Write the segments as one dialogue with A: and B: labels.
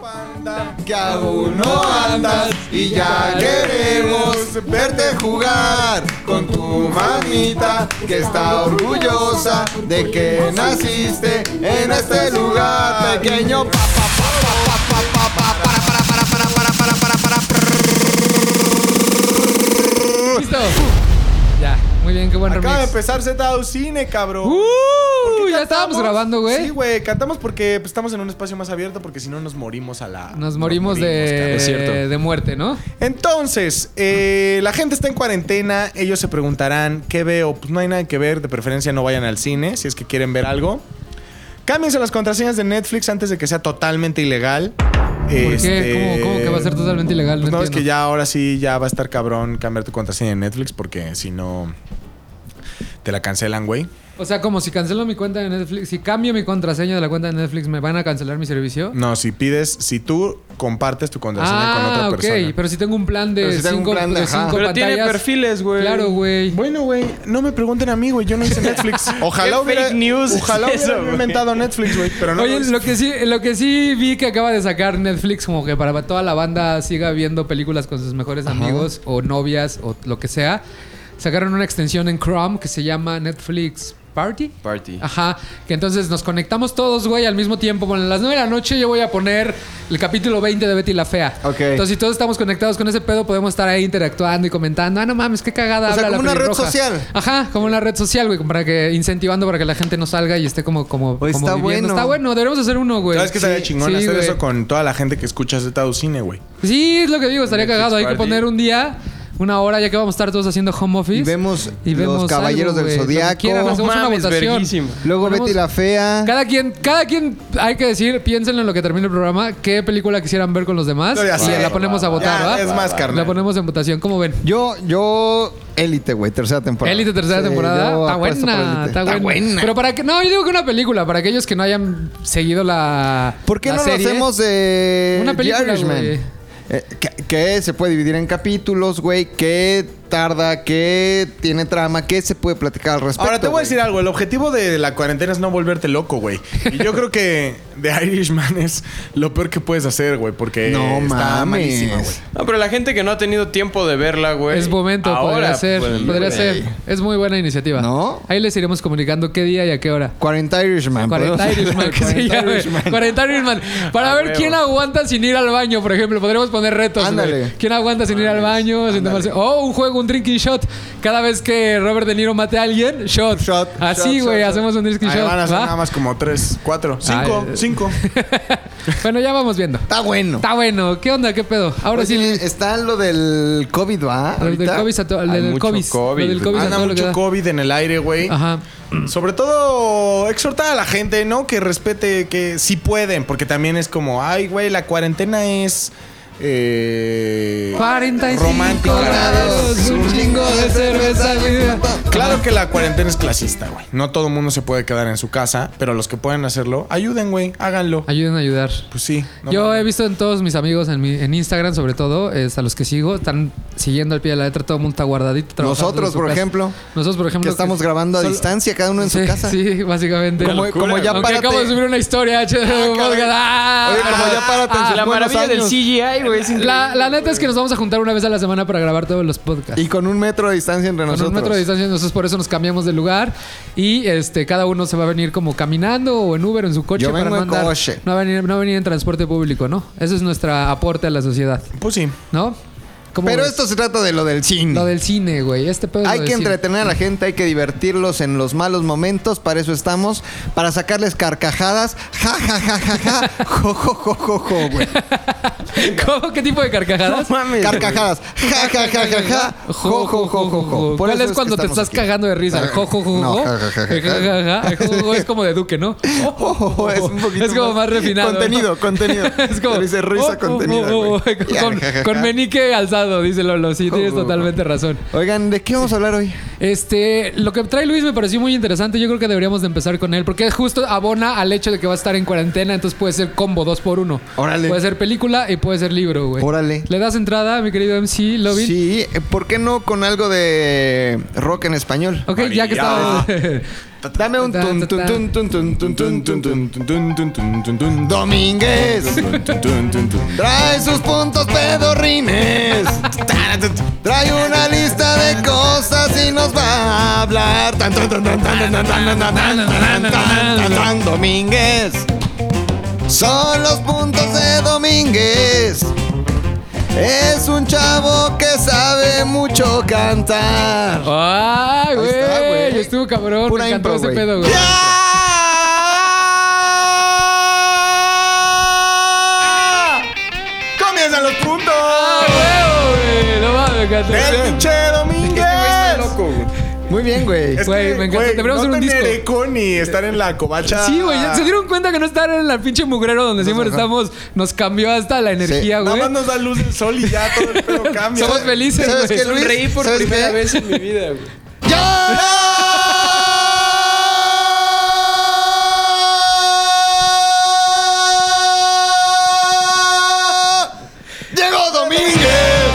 A: Panda, que aún no andas y ya queremos verte jugar con tu mamita que está orgullosa de que naciste en este lugar pequeño. pa, pa, pa, pa, pa, pa, pa, pa, para, para, para, para, para, para, para, para, prrrr.
B: ¡Listo! Ya, muy bien, qué buen
A: Acaba de
B: remix.
A: empezar Z Cine, cabrón.
B: ¡Uh!
A: ¿Qué
B: Ya
A: cantamos?
B: estábamos grabando, güey.
A: Sí, güey, cantamos porque pues, estamos en un espacio más abierto porque si no nos morimos a la...
B: Nos morimos
A: cabrón.
B: de,
C: es cierto.
B: de muerte, ¿no?
A: Entonces, eh, la gente está en cuarentena, ellos se preguntarán, ¿qué veo? Pues no hay nada que ver, de preferencia no vayan al cine si es que quieren ver algo. Cámbiense las contraseñas de Netflix antes de que sea totalmente ilegal.
B: ¿Por qué? ¿Cómo, cómo que va a ser totalmente ilegal?
A: Este, Pues no,
B: no
A: es que
B: entiendo.
A: ya ahora sí ya va a estar cabrón cambiar tu contraseña de Netflix porque si no te la cancelan, güey.
B: O sea, como si cancelo mi cuenta de Netflix, si cambio mi contraseña de la cuenta de Netflix, ¿me van a cancelar mi servicio?
A: No, si pides, si tú compartes tu contraseña con otra
B: ah, ok.
A: persona.
B: Pero si tengo un plan de
A: Pero si tengo un
B: cinco,
A: plan de-
B: de
A: ajá.
B: cinco
C: Pero tiene
B: pantallas,
C: perfiles, güey.
B: Claro, güey.
A: Bueno, güey, no me pregunten a mí, güey. Yo no hice Netflix. Ojalá
C: ¿Qué
A: hubiera,
C: fake news es
A: ojalá
C: eso,
A: hubiera
C: güey?
A: inventado Netflix, güey. Pero no.
B: Oye,
A: hice.
B: lo que, sí, lo que sí vi que acaba de sacar Netflix, como que para que toda la banda siga viendo películas con sus mejores amigos o novias o lo que sea, sacaron una extensión en Chrome que se llama Netflix Party.
C: Party.
B: Ajá, que entonces nos conectamos todos, güey, al mismo tiempo. Bueno, a las 9 de la noche yo voy a poner el capítulo 20 de Betty la Fea.
A: Ok.
B: Entonces, si todos estamos conectados con ese pedo, podemos estar ahí interactuando y comentando. Ah, no mames, qué cagada.
A: O sea,
B: habla la
A: como una red
B: pelirroja".
A: social.
B: Ajá, como una red social, güey, para que incentivando para que la gente no salga y esté como como, como
D: Oye, Pues está
B: viviendo.
D: bueno.
B: Está bueno, deberíamos hacer uno, güey.
A: ¿Sabes que estaría chingón
B: sí,
A: hacer
B: güey.
A: eso con toda la gente que escucha Z Cine, güey?
B: Sí, es lo que digo, estaría
C: Netflix
B: cagado. Hay que
C: party.
B: poner un día, una hora, ya que vamos a estar todos haciendo home office.
D: Y vemos
B: y
D: los
B: vemos
D: Caballeros
B: algo,
D: del
B: güey, lo que
D: Zodiaco.
B: quieran, hacemos una
C: Mames,
B: votación.
C: verguísima.
D: Luego
B: Ponemos-
D: Betty la Fea.
B: Cada quien, cada quien, hay que decir, piénsenlo en lo que termine el programa, qué película quisieran ver con los demás.
A: Lo ya
B: y
A: sé.
B: la ponemos a
A: Ya,
B: votar, ¿va?
A: es más, carnal.
B: La ponemos en votación, ¿cómo ven?
D: Yo, yo, Élite, güey, tercera temporada.
B: Élite tercera
D: Sí,
B: temporada.
D: yo
B: Está
D: apuesto por
B: buena,
D: Élite.
B: está buena. Pero para que. No, yo digo que una película, para aquellos que no hayan seguido la.
D: ¿Por qué
B: la
D: no lo
B: serie.
D: hacemos de
B: Una película,
D: The Irishman?
B: güey.
D: Eh, que, que se puede dividir en capítulos, güey. Que tarda, que tiene trama, que se puede platicar al respecto.
A: Ahora te voy a
D: güey?
A: decir algo. El objetivo de la cuarentena es no volverte loco, güey. Y yo creo que The Irishman es lo peor que puedes hacer, güey, porque
D: No
A: está
D: mames.
A: malísima, güey.
C: No, pero la gente que no ha tenido tiempo de verla, güey. pues,
B: Es momento, podría ser.
C: pueden
B: Podría
C: verla.
B: ser. Es muy buena iniciativa.
D: ¿No? Ah,
B: Ahí les iremos comunicando qué día y a qué hora.
D: 40 Irishman.
B: 40
D: podemos-
B: Irishman, que se
D: 40
B: llame.
D: Irishman.
B: 40 Irishman. Para
C: A
B: ver
C: huevo.
B: quién aguanta sin ir al baño, por ejemplo. Podríamos poner retos.
D: Ándale.
B: güey. ¿Quién aguanta sin ir al baño? sin tomarse- Oh, un juego, un drinking shot. Cada vez que Robert De Niro mate a alguien, shot.
D: Shot,
B: Así,
D: shot,
B: güey,
D: shot,
B: hacemos un drinking
A: Ahí
B: shot.
A: van a ser
B: ¿va?
A: nada más como tres, cuatro, cinco,
B: Ay.
A: cinco.
B: Bueno, ya vamos viendo.
D: Está bueno.
B: Está bueno. ¿Qué onda? ¿Qué pedo? Ahora sí.
D: Oye, está lo del COVID, ¿va?
B: Lo del
D: Ahorita. Ah,
B: COVID a todo, lo
C: Hay
B: del
C: mucho
B: COVID.
C: COVID.
B: Lo del COVID a
A: Anda
B: todo lo que
A: mucho
B: da.
A: COVID en el aire,
D: eh,
A: güey.
B: Ajá.
A: Sobre todo, exhortar a la gente, ¿no? Que respete, que sí pueden, porque también es como, ay, güey, la cuarentena es. Eh,
B: 45
A: romántica.
B: grados, un chingo de cerveza.
A: Claro que la cuarentena es clasista, güey. No todo el mundo se puede quedar en su casa, pero los que pueden hacerlo, ayuden, güey, háganlo.
B: Ayuden a ayudar.
A: Pues sí. no
B: Yo
A: mames.
B: he visto en todos mis amigos, en, mi- en Instagram sobre todo, es a los que sigo, están siguiendo al pie de la letra, todo el mundo está guardadito. trabajando
D: Nosotros,
B: en su
D: por
B: casa.
D: ejemplo,
B: Nosotros, por ejemplo.
D: Que estamos grabando a
B: solo-
D: distancia, cada uno en
B: Sí,
D: su casa.
B: Sí, básicamente.
D: Como-
B: Locura,
D: como ya
B: Aunque
D: párate.
B: acabo de subir una historia, H de podcast. Ah,
D: Oye, como ya párate en
B: ah,
D: sus
C: La
D: Buenos
C: maravilla del
D: años.
C: CGI, güey. es increíble.
B: la, la neta es que nos vamos a juntar una vez a la semana para grabar todos los podcasts.
D: Y con un metro de distancia entre
B: Con
D: nosotros.
B: un metro de distancia, nosotros por eso nos cambiamos de lugar y este cada uno se va a venir como caminando o en Uber o en su coche
D: Yo
B: para
D: vengo
B: no
D: en
B: andar-
D: coche.
B: no va a venir, no va a venir en transporte público, ¿no? Eso es nuestro aporte a la sociedad,
A: Pues sí.
B: ¿no? ¿Cómo
D: Pero
B: ves?
D: esto se trata de lo del cine.
B: lo del cine, güey, este pedo es
D: Hay
B: lo
D: que
B: del cine.
D: entretener a la gente, hay que divertirlos en los malos momentos, para eso estamos, para sacarles carcajadas. Ja, ja, ja, ja, ja. Jo, jo, jo, jo, jo, güey.
B: ¿Cómo qué tipo de carcajadas?
D: Carcajadas. Ja, ja, ja, ja, ja. Jo, jo, jo, jo, jo. Por
B: ¿Cuál
D: eso
B: es
D: que
B: cuando te
D: estamos
B: estás
D: aquí.
B: cagando de risa? Jo, jo, jo,
D: No,
B: jo.
D: ja, ja, ja, ja,
B: Ja, ja, ja, ja. El jo, jo, es como de Duque, ¿no?
D: Jo, jo, jo, Es un poquito
B: Es como más refinado.
D: Contenido, contenido.
B: Es como.
D: Te dice risa
B: oh, oh,
D: contenida,
B: oh, oh, oh,
D: güey. Ja,
B: con,
D: ja, ja,
B: con
D: ja.
B: meñique alzado, dice Lolo. Sí, tienes
D: Oh, oh, oh.
B: totalmente razón.
D: Oigan, ¿de qué vamos a hablar hoy?
B: Este, lo que trae Luis me pareció muy interesante. Yo creo que deberíamos de empezar con él, porque justo abona al hecho de que va a estar en cuarentena, entonces puede ser combo dos por uno.
D: Órale.
B: Puede ser película y puede ser libro, güey.
D: Órale.
B: Le das entrada, mi querido MC Lovin.
D: Sí, ¿por qué no con algo de rock en español?
B: Ok, ya que
A: Maravilla.
B: estamos.
D: Dame un tun, tun, tun, tun, tun, tun, tun, tun, tun. Domínguez. Trae sus puntos pedorrines. Trae una lista de cosas y nos va a hablar. Tan, tan, tan, tan, tan, tan, tan, tan, tan, tan, tan, tan, tan, Domínguez. Son los puntos de Domínguez. Es un chavo que sabe mucho cantar.
B: ¡Ay,
D: Ahí está,
B: güey!
D: güey.
B: Estuvo cabrón.
D: Pura
B: Oh, me encantó ese
D: impro, güey.
B: pedo, güey.
A: ¡Ya! ¡Ah! ¡Comienzan los puntos!
B: ¡Ah, huevo, güey! No mames, me encantó.
A: ¡El pinche este
C: Está
A: Domínguez!
C: loco, güey.
D: Muy bien, güey.
A: Es
B: Güey, me encanta.
A: güey,
B: Deberíamos
A: no
B: hacer un
A: tener
B: disco.
A: eco ni estar en la covacha.
B: Sí, güey, ya se dieron cuenta que no estar en el pinche mugrero donde siempre estamos nos cambió hasta la energía,
A: Nada
B: güey.
A: más nos da luz del sol y ya todo el pelo cambia.
B: Somos felices,
D: ¿Sabes
B: güey.
D: qué, Luis?
C: Reí por
D: ¿Sabes
C: primera
D: qué?
C: vez en mi vida, güey.
D: ¡Llegó Domínguez!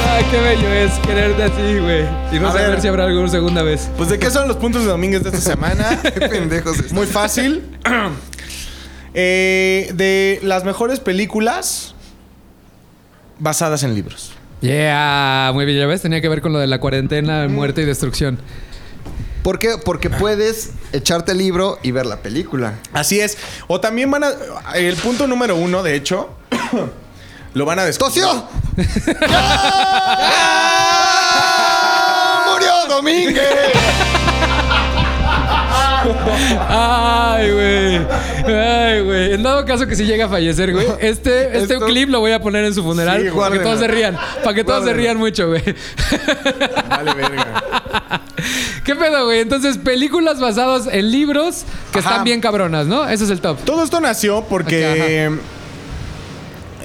B: Ay, qué bello es quererte así, güey. Y no
A: A
B: sé
A: ver.
B: ver si habrá alguna segunda vez.
A: Pues, ¿de qué son los puntos de Domínguez de esta semana?
D: Qué pendejos están.
A: Muy fácil. Eh, de las mejores películas basadas en libros.
B: Yeah, muy bien, ya ves, tenía que ver con lo de la cuarentena, muerte y destrucción.
D: ¿Por qué? Porque puedes echarte el libro y ver la película.
A: Así es. O también van a. El punto número uno, de hecho, lo van a descubrir.
D: ¡Tosió! ¡Ya! ¡Murió Domínguez!
B: Ay, güey. Ay, güey. En dado caso que si llega a fallecer, güey, este, este
D: Esto-
B: clip lo voy a poner en su funeral
D: Sí,
B: para que
D: guárdenlo.
B: todos se rían. Para que todos se
D: Guárdenlo.
B: rían mucho, güey.
A: Vale, verga.
B: ¿Qué pedo, güey? Entonces, películas basadas en libros que
A: Ajá.
B: están bien cabronas, ¿no? Ese es el top.
A: Todo esto nació porque.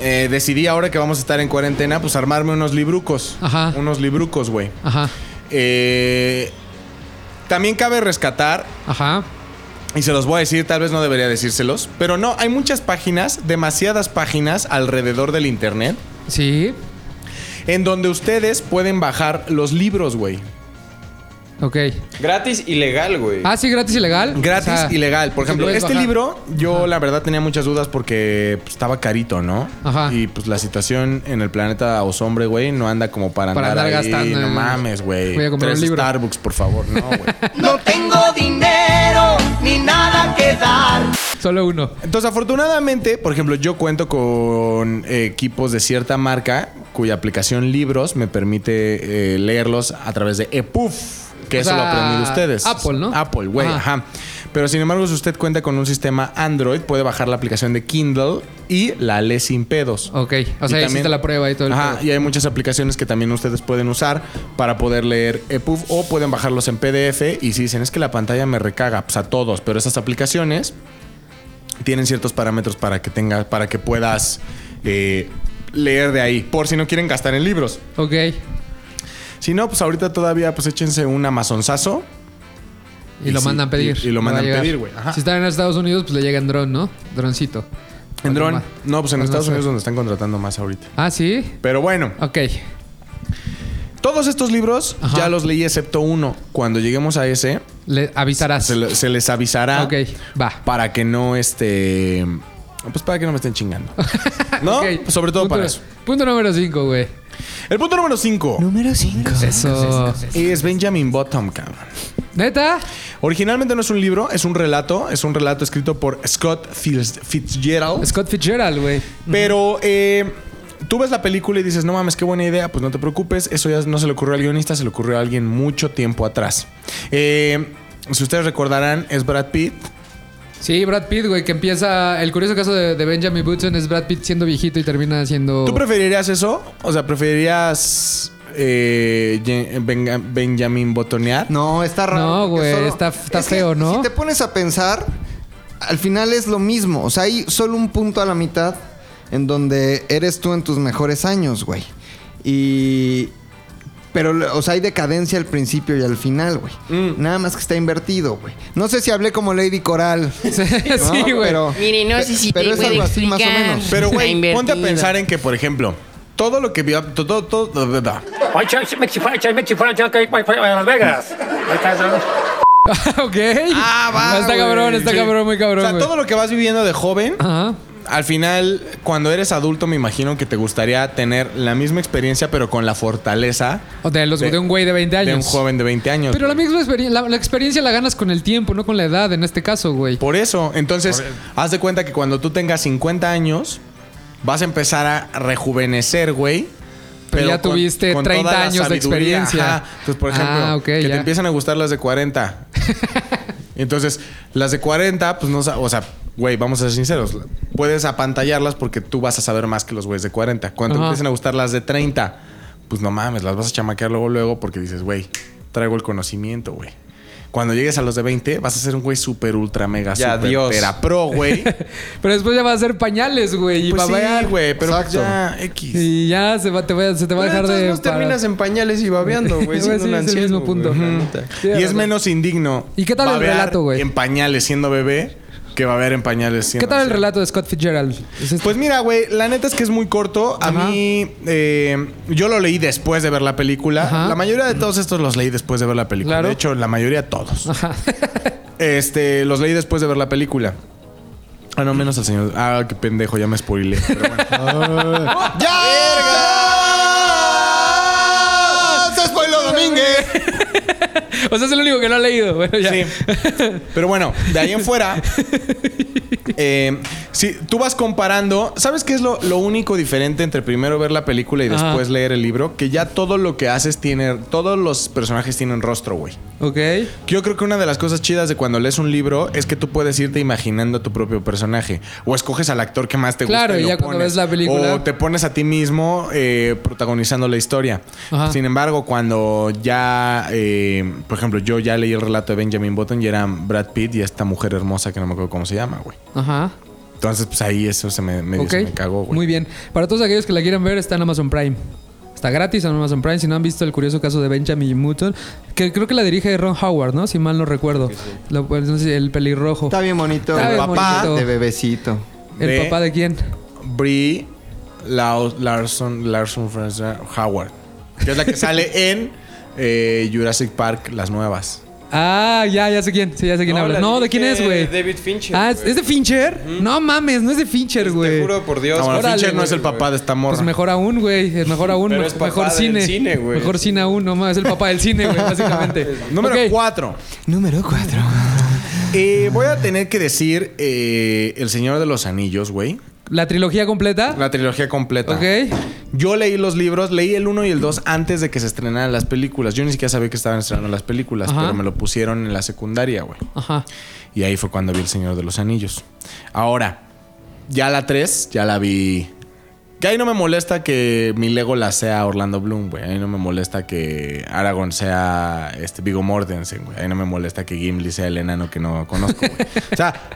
A: eh, decidí ahora que vamos a estar en cuarentena, pues armarme unos librucos.
B: Ajá.
A: Unos librucos, güey.
B: Ajá,
A: Eh, también cabe rescatar
B: ajá.
A: Y se los voy a decir, tal vez no debería decírselos, pero no, hay muchas páginas, demasiadas páginas alrededor del internet,
B: Sí,
A: en donde ustedes pueden bajar los libros, güey.
B: ok.
C: Gratis y legal, güey.
B: Ah, sí, gratis y legal.
A: Gratis
B: O sea,
A: y legal. Por
B: sí
A: ejemplo,
B: puedes
A: este
B: bajar.
A: libro, yo la verdad tenía muchas dudas porque pues, estaba carito, ¿no?
B: Ajá.
A: Y pues la situación en el planeta Osombre, güey, no anda como para,
B: Para
A: andar,
B: andar
A: ahí,
B: gastando,
A: No
B: eh.
A: mames, güey.
B: Voy a comprar
A: Tres
B: un libro.
A: Starbucks, por favor. No, güey.
E: No tengo dinero ni nada que dar.
B: Solo uno.
A: Entonces, afortunadamente, por ejemplo, yo cuento con eh, equipos de cierta marca cuya aplicación Libros me permite eh, leerlos a través de EPUF, que
B: O
A: eso lo
B: sea,
A: aprendí de ustedes.
B: Apple, ¿no?
A: Apple, güey,
B: Ajá.
A: ajá. Pero sin embargo, si usted cuenta con un sistema Android, puede bajar la aplicación de Kindle y la lee sin pedos.
B: Ok. O
A: Y
B: sea,
A: también-
B: hiciste la prueba y todo el
A: Ajá,
B: pedo.
A: y hay muchas aplicaciones que también ustedes pueden usar para poder leer EPUB o pueden bajarlos en PDF. Y si dicen, es que la pantalla me recaga, pues a todos, pero esas aplicaciones tienen ciertos parámetros para que tengas, para que puedas eh, leer de ahí, por si no quieren gastar en libros.
B: Ok.
A: Si no, pues ahorita todavía, pues échense un Amazonzazo.
B: Y,
A: Y
B: lo
A: sí,
B: mandan pedir.
A: y- y lo
B: Va a
A: mandan
B: llegar.
A: pedir, güey. Ajá.
B: Si están en Estados Unidos, pues le llega en dron, ¿no? Droncito.
A: En dron. No, pues en
B: Pues no
A: Estados
B: sé.
A: Unidos es donde están contratando más ahorita.
B: Ah, sí.
A: Pero bueno,
B: Ok.
A: todos estos libros
B: Ajá.
A: ya los leí excepto uno. Cuando lleguemos a ese,
B: Le avisarás.
A: se, le- se les avisará.
B: Ok, va.
A: para que no este pues para que no me estén chingando. ¿No? Pues
B: Ok.
A: Sobre todo
B: Punto
A: para
B: nu-
A: eso.
B: Punto número 5, güey.
A: El punto número 5
D: Número 5.
B: Eso.
A: es Benjamin Bottom, cabrón.
B: ¿Neta?
A: Originalmente no es un libro, es un relato. Es un relato escrito por Scott Fils- Fitzgerald.
B: Scott Fitzgerald, güey.
A: Pero eh, tú ves la película y dices, no mames, qué buena idea. Pues no te preocupes, eso ya no se le ocurrió al guionista, se le ocurrió a alguien mucho tiempo atrás. Eh, si ustedes recordarán, es Brad Pitt.
B: Sí, Brad Pitt, güey, que empieza... El curioso caso de, de Benjamin Button es Brad Pitt siendo viejito y termina siendo...
A: ¿Tú preferirías eso? O sea, ¿preferirías eh, Ye- Benga- Benjamin botonear?
D: No, está raro.
B: No,
D: porque
B: güey,
D: solo-
B: está- está
D: Es que
B: feo, ¿no?
D: Si te pones a pensar, al final es lo mismo. O sea, hay solo un punto a la mitad en donde eres tú en tus mejores años, güey. Y. Pero, o sea, hay decadencia al principio y al final, güey. Nada más que está invertido, güey. No sé si hablé como Lady Coral.
B: Sí, sí, güey.
D: Pero,
F: Mire, no sé si
D: pero
F: te
D: es
F: puedo
D: algo así, más o
F: explicar.
D: menos.
A: Pero, güey,
F: Está
A: ponte a
F: invertido.
A: pensar en que, por ejemplo, todo lo que vio. Todo, todo, todo-
G: Why don't you make you fly, make you fly, don't go, why, why, Las Vegas. Like, I don't know.
B: ok.
A: Ah, va,
B: Está cabrón,
A: güey.
B: está
A: Sí.
B: cabrón, muy
A: O
B: cabrón.
A: sea,
B: güey.
A: todo lo que vas viviendo de joven,
B: Ajá.
A: al final, cuando eres adulto, me imagino que te gustaría tener la misma experiencia, pero con la fortaleza
B: O de, los,
A: De-
B: de un güey de 20 años.
A: de un joven de 20 años.
B: Pero la misma experiencia la, la experiencia la ganas con el tiempo, no con la edad en este caso, güey.
A: Por eso, entonces, haz de cuenta que cuando tú tengas 50 años, vas a empezar a rejuvenecer, güey.
B: Pero ya tuviste 30
A: toda la
B: años de
A: sabiduría.
B: experiencia.
A: Ajá. Entonces, por ejemplo,
B: Ah, ok,
A: que
B: ya.
A: te empiezan a gustar las de 40. entonces, las de 40, pues no sa- O sea, güey, vamos a ser sinceros. Puedes apantallarlas porque tú vas a saber más que los güeyes de 40. Cuando te
B: Ajá.
A: empiezan a gustar las de 30, pues no mames, las vas a chamaquear luego, luego porque dices, güey, traigo el conocimiento, güey. Cuando llegues a los de 20, vas a ser un güey súper, ultra, mega,
D: Ya,
A: súper,
D: Dios.
A: pera pro, güey.
B: Pero después ya va a ser pañales, güey. Y
A: pues
B: babear.
A: sí, güey, pero
D: Exacto.
A: ya, X.
B: Y ya se, va, te va- se te va a
D: Pero
B: dejar
D: de
B: de.
D: todos modos
B: para-
D: terminas en pañales y babeando, güey.
B: Güey,
D: siendo
B: sí, es el
D: un anciano,
B: mismo
D: güey,
B: punto.
D: la
B: Ujú.
D: neta.
B: Sí,
A: y es
B: razón.
A: menos indigno.
B: ¿Y qué tal el
A: babear
B: relato, güey?
A: En pañales siendo bebé que va a haber en pañales siendo
B: ¿Qué tal el
A: anciano.
B: relato de Scott Fitzgerald? ¿Es este?
A: Pues mira, güey, la neta es que es muy corto. A
B: Ajá.
A: mí, eh, yo lo leí después de ver la película.
B: Ajá.
A: La mayoría de todos estos los leí después de ver la película.
B: Claro.
A: De hecho, la mayoría todos. Este, los leí después de ver la película. Ah, no, menos al señor. Ah, qué pendejo, ya me spoilé. Pero bueno.
D: ¡Ya! ¡Se spoiló Domínguez!
B: o sea, es el único que no ha leído. Bueno, ya.
A: Sí. Pero bueno, de ahí en fuera. eh, si tú vas comparando, ¿sabes qué es lo, lo único diferente entre primero ver la película y
B: Ajá.
A: después leer el libro? Que ya todo lo que haces tiene. Todos los personajes tienen rostro, güey.
B: Ok.
A: Yo creo que una de las cosas chidas de cuando lees un libro es que tú puedes irte imaginando a tu propio personaje. O escoges al actor que más te gusta.
B: Claro, y
A: lo
B: ya cuando
A: pones.
B: ves la película-
A: O te pones a ti mismo eh, protagonizando la historia.
B: Ajá.
A: Sin embargo, cuando ya, eh, por ejemplo, yo ya leí el relato de Benjamin Button y era Brad Pitt y esta mujer hermosa que no me acuerdo cómo se llama, güey.
B: Ajá.
A: Entonces, pues ahí eso se me, medio
B: Ok.
A: se me cagó, güey.
B: Muy bien. Para todos aquellos que la quieran ver, está en Amazon Prime. Está gratis en Amazon Prime. Si no han visto el curioso caso de Benjamin Mutton, que creo que la dirige Ron Howard, ¿no? Si mal no recuerdo. Lo- pues, no sé, el pelirrojo.
H: Está bien bonito.
B: Está
H: güey.
B: bien
H: papá
B: bonito.
H: de bebecito.
B: ¿El
A: De-
B: papá de quién?
A: Brie Lau- Larson, Larson Fraser Howard. Que es la que sale en eh, Jurassic Park, las nuevas.
B: Ah, ya, ya sé quién. Sí, ya sé quién
A: No,
B: habla.
A: la
B: No, ¿de quién es,
A: dirige
B: güey?
A: David Fincher,
B: Ah, ¿es-
A: güey.
B: ¿es de Fincher? No mames, no es de Fincher, güey.
A: Te juro por Dios.
B: Órale,
A: Ah, Fincher no
B: güey.
A: es el papá de esta morra.
B: Pues mejor aún, güey. Es Mejor aún.
A: Pero
B: me-
A: es papá
B: mejor
A: del
B: cine.
A: cine, güey.
B: Mejor cine aún, no mames. Es el papá del cine, güey, básicamente.
A: Número
B: Ok.
A: 4.
H: Número 4.
A: Eh, voy a tener que decir eh, El Señor de los Anillos, güey.
B: ¿La trilogía completa?
A: La trilogía completa.
B: Ok.
A: Yo leí los libros, leí el 1 y el 2 antes de que se estrenaran las películas. Yo ni siquiera sabía que estaban estrenando las películas,
B: Ajá.
A: pero me lo pusieron en la secundaria, güey.
B: Ajá.
A: Y ahí fue cuando vi El Señor de los Anillos. Ahora, ya la 3, ya la vi. Que ahí no me molesta que mi Legolas sea Orlando Bloom, güey. Ahí no me molesta que Aragorn sea este Vigo Mortensen, güey. Ahí no me molesta que Gimli sea el enano que no conozco, güey. O sea,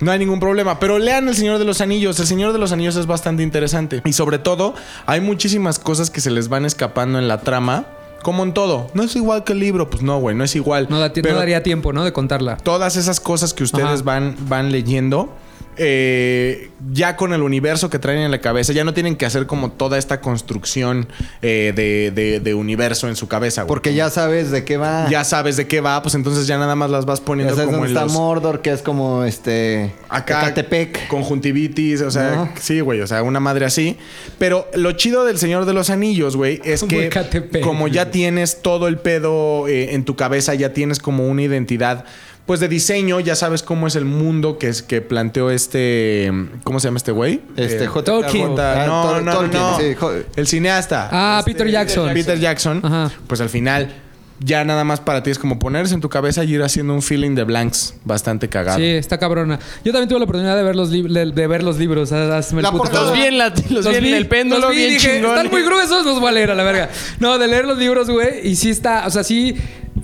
A: no hay ningún problema. Pero lean El Señor de los Anillos. El Señor de los Anillos es bastante interesante. Y sobre todo, hay muchísimas cosas que se les van escapando en la trama. Como en todo. No es igual que el libro. Pues no, güey. No es igual.
B: No, da ti- no
A: Pero
B: daría tiempo, ¿no? De contarla.
A: todas esas cosas que ustedes
B: Ajá.
A: van, van leyendo. eh, ya con el universo que traen en la cabeza, ya no tienen que hacer como toda esta construcción eh, de, de- de universo en su cabeza. güey.
H: Porque ya sabes de qué va.
A: ya sabes de qué va, pues entonces ya nada más las vas
H: Ya
A: poniendo
H: sabes
A: como
H: dónde
A: en
H: está
A: los,
H: Mordor, que es como este.
A: acá
H: Ecatepec.
A: conjuntivitis, o sea,
H: No.
A: sí, güey, o sea, una madre así. Pero lo chido del Señor de los Anillos, güey, es
B: Como
A: que
B: Ecatepec,
A: como ya
B: güey.
A: tienes todo el pedo eh, en tu cabeza, ya tienes como una identidad. Pues de diseño, ya sabes cómo es el mundo que es que planteó este. ¿Cómo se llama este güey?
H: Este,
A: Eh,
H: J.
D: Oh,
B: Tolkien.
H: Ah,
A: No,
H: Tol-
A: no, no,
H: Tolkien,
A: no.
H: sí, jo-
A: El cineasta.
B: Ah, Peter Jackson.
A: Este, Peter Jackson.
B: Ajá.
A: Pues al final, ya nada más para ti es como ponerse en tu cabeza y ir haciendo un feeling de blanks bastante cagado.
B: Sí, está cabrona. Yo también tuve la oportunidad de ver los, lib- de, de ver los libros. Ah, hazme el
H: La
B: puto
H: portada.
B: favor.
H: Los vi
D: en la- los vi en el péndulo,
B: los vi y
D: bien
B: dije,
D: chingón.
B: Están muy gruesos, los voy a leer a la verga. No, de leer los libros, güey. Y sí está, o sea, sí.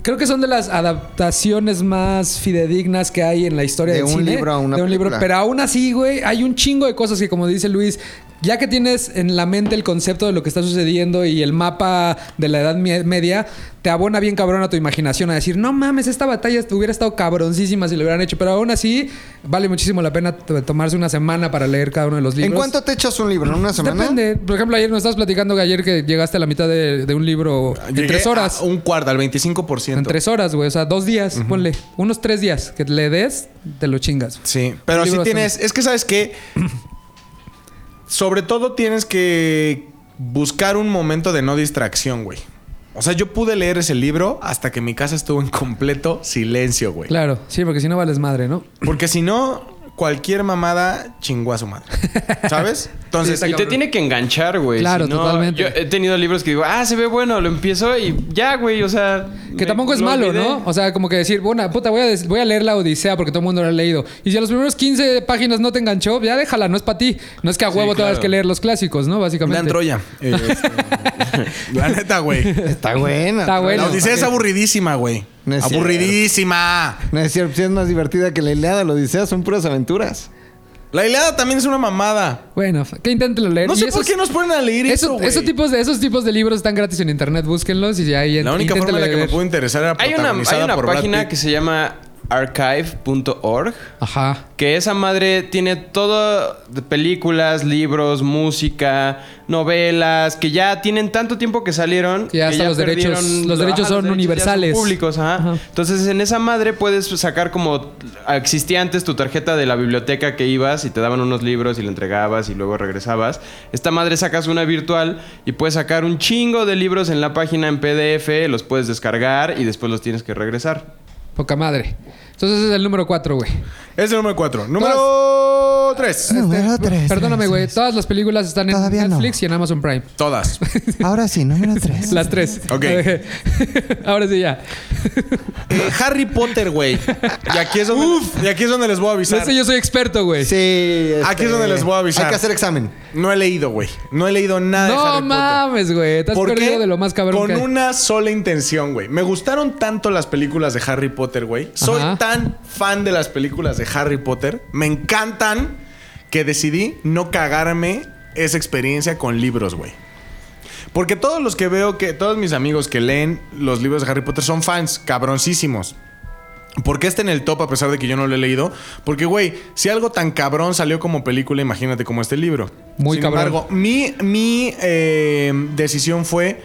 B: Creo que son de las adaptaciones más fidedignas que hay en la historia
H: De
B: del
H: un
B: cine.
H: libro a una
B: De un libro.
H: película.
B: Pero aún así, güey, hay un chingo de cosas que, como dice Luis, ya que tienes en la mente el concepto de lo que está sucediendo y el mapa de la Edad Mie- Media, te abona bien cabrón a tu imaginación a decir, no mames, esta batalla hubiera estado cabroncísima si lo hubieran hecho. Pero aún así, vale muchísimo la pena t- tomarse una semana para leer cada uno de los libros.
H: ¿En cuánto te echas un libro? ¿En una semana?
B: Depende. Por ejemplo, ayer nos estabas platicando que ayer que llegaste a la mitad de, de un libro en
A: Llegué
B: tres horas.
A: a un cuarto, al 25%.
B: En
A: 100%.
B: tres horas, güey. O sea, dos días, ponle. Unos tres días que le des, te lo chingas.
A: Sí, pero
B: Un
A: sí
B: libro
A: tienes. Es que sabes que. Sobre todo tienes que buscar un momento de no distracción, güey. O sea, yo pude leer ese libro hasta que mi casa estuvo en completo silencio, güey.
B: Claro, sí, porque si no vales madre, ¿no?
A: Porque si no, cualquier mamada chingó a su madre. ¿Sabes? Entonces, y
B: Sí, está
A: te-
C: Y te
B: cabrón.
C: tiene que enganchar, güey.
B: Claro,
C: Si no,
B: totalmente.
C: Yo he tenido libros que digo, ah, se ve bueno, lo empiezo y ya, güey, o sea.
B: Que
C: me-
B: tampoco es
C: lo
B: malo,
C: olvidé.
B: ¿no? O sea, como que decir, bueno, puta, voy a, des- voy a leer la Odisea porque todo el mundo la ha leído. Y si a los primeros 15 páginas no te enganchó, ya déjala, no es para ti. No es que a huevo
C: claro.
B: tengas que leer los clásicos, ¿no?
A: Dan
B: Básicamente.
A: Troya. Eh, este, la neta, güey.
D: Está buena.
B: Está buena.
A: La Odisea
B: ¿para
A: es
B: qué?
A: aburridísima, güey.
D: No es cierto.
A: aburridísima.
D: No es cierto, si es más divertida que la Ilíada, lo Odisea, son puras aventuras.
A: La Ilíada también es una mamada.
B: Bueno, que intenten leer.
A: No
B: Y
A: sé por
B: esos-
A: qué nos ponen a leer eso,
B: Eso-
A: güey.
B: esos, tipos de, esos tipos de libros están gratis en internet, búsquenlos y ahí
A: La única forma en la que me pudo interesar era
C: Hay una,
A: protagonizada
C: hay una
A: por Brad
C: página
A: Pitt.
C: que se llama archive.org.
B: Ajá.
C: Que esa madre tiene todo de películas, libros, música, novelas, que ya tienen tanto tiempo que salieron.
B: Que ya hasta los derechos-
C: perdieron- ah,
B: los derechos son universales.
C: públicos, ajá.
B: Ajá.
C: Entonces en esa madre puedes sacar como ah, existía antes tu tarjeta de la biblioteca que ibas y te daban unos libros y la entregabas y luego regresabas. Esta madre sacas una virtual y puedes sacar un chingo de libros en la página en PDF, los puedes descargar y después los tienes que regresar.
B: Poca madre. Entonces ese es el número 4, güey.
A: Es el número 4. Número 3.
D: Número tres.
B: Perdóname, güey. Todas las películas están en
D: Todavía no.
B: Netflix y en Amazon Prime.
A: Todas.
D: Ahora sí, número tres.
B: Las tres.
A: Ok.
B: Ahora sí ya.
A: Eh, Harry Potter, güey. Y aquí es donde, y aquí es donde les voy a avisar.
B: Ese yo soy experto, güey.
D: Sí. este,
A: Aquí es donde les voy a avisar.
D: Hay que hacer examen.
A: No he leído, güey. No he leído nada de
B: No
A: Harry Potter.
B: mames, güey. Te has
A: ¿Por
B: perdido
A: qué?
B: de lo más cabrón
A: Con
B: que hay.
A: una sola intención, güey. Me gustaron tanto las películas de Harry Potter, güey. Soy
B: Ajá.
A: tan fan de las películas de Harry Potter. Me encantan que decidí no cagarme esa experiencia con libros, güey. Porque todos los que veo que todos mis amigos que leen los libros de Harry Potter son fans cabroncísimos. ¿Por qué está en el top a pesar de que yo no lo he leído? Porque, güey, si algo tan cabrón salió como película, imagínate como este libro.
B: Muy
A: Sin
B: cabrón.
A: embargo, mi, mi eh, decisión fue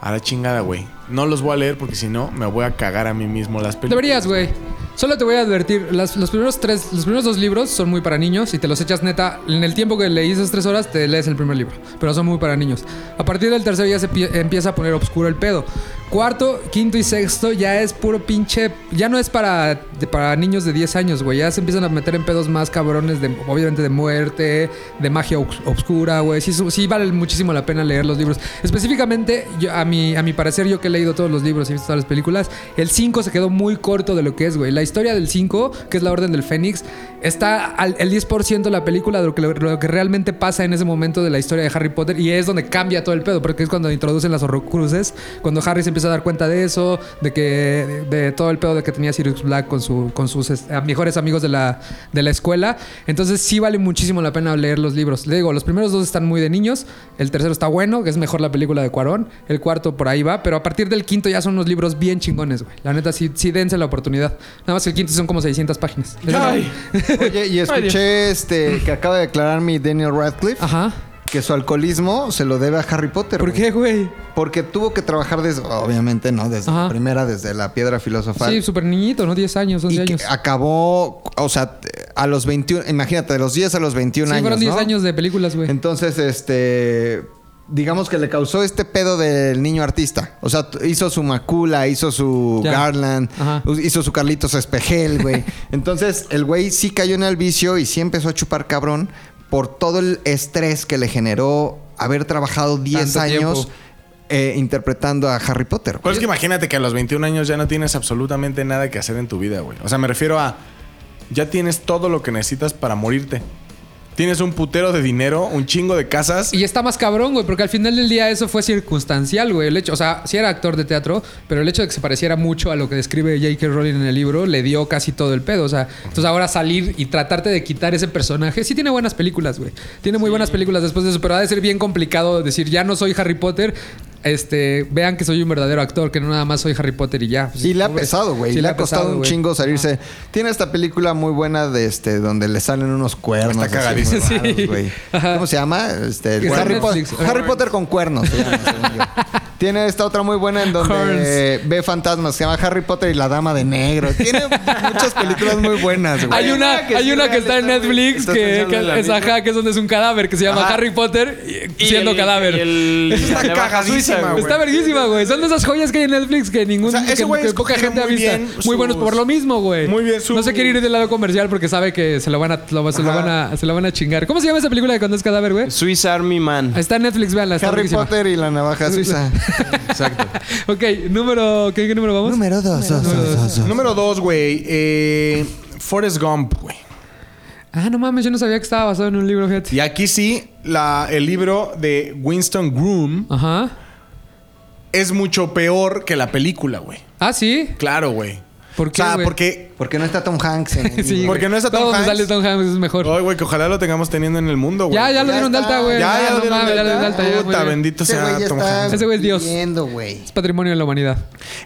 A: a la chingada, güey. No los voy a leer porque si no, me voy a cagar a mí mismo las películas.
B: Deberías, güey. Solo te voy a advertir, las- los primeros tres, los primeros dos libros son muy para niños y te los echas neta, en el tiempo que leí esas tres horas te lees el primer libro, pero son muy para niños. A partir del tercero ya se pi- empieza a poner oscuro el pedo. Cuarto, quinto y sexto ya es puro pinche, ya no es para, de- para niños de 10 años, güey, ya se empiezan a meter en pedos más cabrones, de, obviamente de muerte, de magia obs- obscura, güey, sí, su- sí vale muchísimo la pena leer los libros. Específicamente, yo- a, mi, a mi parecer, yo que he leído todos los libros y he visto todas las películas, el 5 se quedó muy corto de lo que es, güey. La historia del 5, que es la Orden del Fénix, está al el 10% de la película de lo que, lo que realmente pasa en ese momento de la historia de Harry Potter y es donde cambia todo el pedo, porque es cuando introducen las horrocruces, cuando Harry se empieza a dar cuenta de eso, de que de, todo el pedo de que tenía Sirius Black con, su, con sus es- a- mejores amigos de la, de la escuela. Entonces sí vale muchísimo la pena leer los libros. Le digo, los primeros dos están muy de niños, el tercero está bueno, que es mejor la película de Cuarón, el cuarto por ahí va, pero a partir del quinto ya son unos libros bien chingones, güey. La neta, sí, sí dense la oportunidad. Nada más que el quinto son como 600 páginas. Es una-
C: Ay.
D: Oye, y escuché este que acaba de declarar mi Daniel Radcliffe
B: Ajá.
D: que su alcoholismo se lo debe a Harry Potter.
B: ¿Por
D: güey.
B: qué, güey?
D: Porque tuvo que trabajar desde, obviamente no, desde
B: Ajá.
D: la primera, desde la piedra filosofal.
B: Sí, súper niñito, ¿no? 10 años, 11
D: y Ah, que
B: años.
D: acabó, o sea, a los 21, imagínate, de los 10 a los 21
B: Sí,
D: años.
B: fueron 10
D: ¿no?
B: años de películas, güey.
D: Entonces, este. Digamos que le causó este pedo del niño artista. O sea, t- hizo su Macula, hizo su
B: Ya.
D: Garland,
B: Ajá.
D: u- hizo su Carlitos Espejel, güey. Entonces, el güey sí cayó en el vicio y sí empezó a chupar cabrón por todo el estrés que le generó haber trabajado 10
B: Tanto
D: años
B: tiempo.
D: eh, interpretando a Harry Potter.
A: Pero
D: güey.
A: Pues es que imagínate que a los 21 años ya no tienes absolutamente nada que hacer en tu vida, güey. O sea, me refiero a. Ya tienes todo lo que necesitas para morirte. Tienes un putero de dinero, un chingo de casas.
B: Y está más cabrón, güey, porque al final del día eso fue circunstancial, güey. El hecho, o sea, sí era actor de teatro, pero el hecho de que se pareciera mucho a lo que describe J.K. Rowling en el libro le dio casi todo el pedo. O sea, entonces ahora salir y tratarte de quitar ese personaje, sí tiene buenas películas, güey. Tiene muy buenas películas después de eso, pero ha de ser bien complicado decir, ya no soy Harry Potter. Este, vean que soy un verdadero actor, que no nada más soy Harry Potter y ya. Pues,
D: Y le ha
B: pobre.
D: pesado, güey.
B: Sí
D: le, ha costado
B: pesado,
D: un
B: güey.
D: chingo salirse. Tiene esta película muy buena de este, donde le salen unos cuernos.
A: Está
D: así muy
A: cagadísimo.
D: raros,
B: Sí.
D: güey.
B: Ajá.
D: ¿Cómo se llama? Este, el
B: Está en
D: Harry, Po-
B: Netflix.
D: Harry Potter con cuernos. se llama, según yo.
H: Tiene esta otra muy buena en donde
B: Horns.
H: eh, ve fantasmas. Se llama Harry Potter y la Dama de Negro. Tiene muchas películas muy buenas, güey.
B: Hay una,
C: que
B: hay
C: sí,
B: una que
C: real,
B: está en
C: está-
B: Netflix
C: estás
B: que,
C: pensando en la
B: que es
C: misma.
B: ajá, que es donde es un cadáver que se llama
H: Ajá.
B: Harry Potter y- siendo
C: el-
B: cadáver.
C: y el-
D: Esa está
C: la navaja
D: cagadísima,
C: suiza,
D: güey.
B: Está verguísima, güey. Son de esas joyas que hay en Netflix que ningún
D: O sea, ese
B: que-
D: güey
B: que poca
D: escogió
B: gente ha
D: muy
B: visto.
D: bien
B: Muy buenos
D: sus-
B: por lo mismo, güey.
D: Muy bien
B: No
D: sus-
B: se quiere ir del lado comercial porque sabe que se lo van a lo- se lo
D: Ajá.
B: van a se lo van a chingar. ¿Cómo se llama esa película de cuando es cadáver, güey?
C: Swiss Army Man.
B: Está en Netflix, veanla, está
H: Harry
B: verguísima.
H: Potter y la navaja suiza.
C: Exacto.
B: Ok, número ¿qué, qué número vamos?
H: Número dos. oh, oh, oh, oh.
A: Número dos, güey. Eh, Forrest Gump, güey.
B: Ah, no mames, yo no sabía que estaba basado en un libro, fíjate.
A: Y aquí sí, la- el libro de Winston Groom
B: Ajá.
A: es mucho peor que la película, güey.
B: Ah, sí.
A: Claro, güey.
B: ¿Por qué,
A: O sea,
B: güey?
A: porque...
H: Porque no está Tom Hanks. en el
B: Sí,
H: libro.
A: Porque
B: güey.
A: no está Tom
B: Todo donde
A: Hanks.
B: sale Tom Hanks es mejor.
A: Ay, güey, que ojalá lo tengamos teniendo en el mundo, güey.
B: ya, ya lo
H: Ya
B: dieron de
H: está.
B: alta, güey. Ah,
A: Ya, ya
B: no
A: lo dieron
B: mames,
A: de
B: ya lo dieron de alta. ya, muy
A: Puta,
B: bien.
A: bendito
H: Ese güey
A: sea
H: ya
A: Tom
H: está
A: Hanks.
B: Ese güey es Dios.
H: viviendo, güey.
B: Es patrimonio de la humanidad.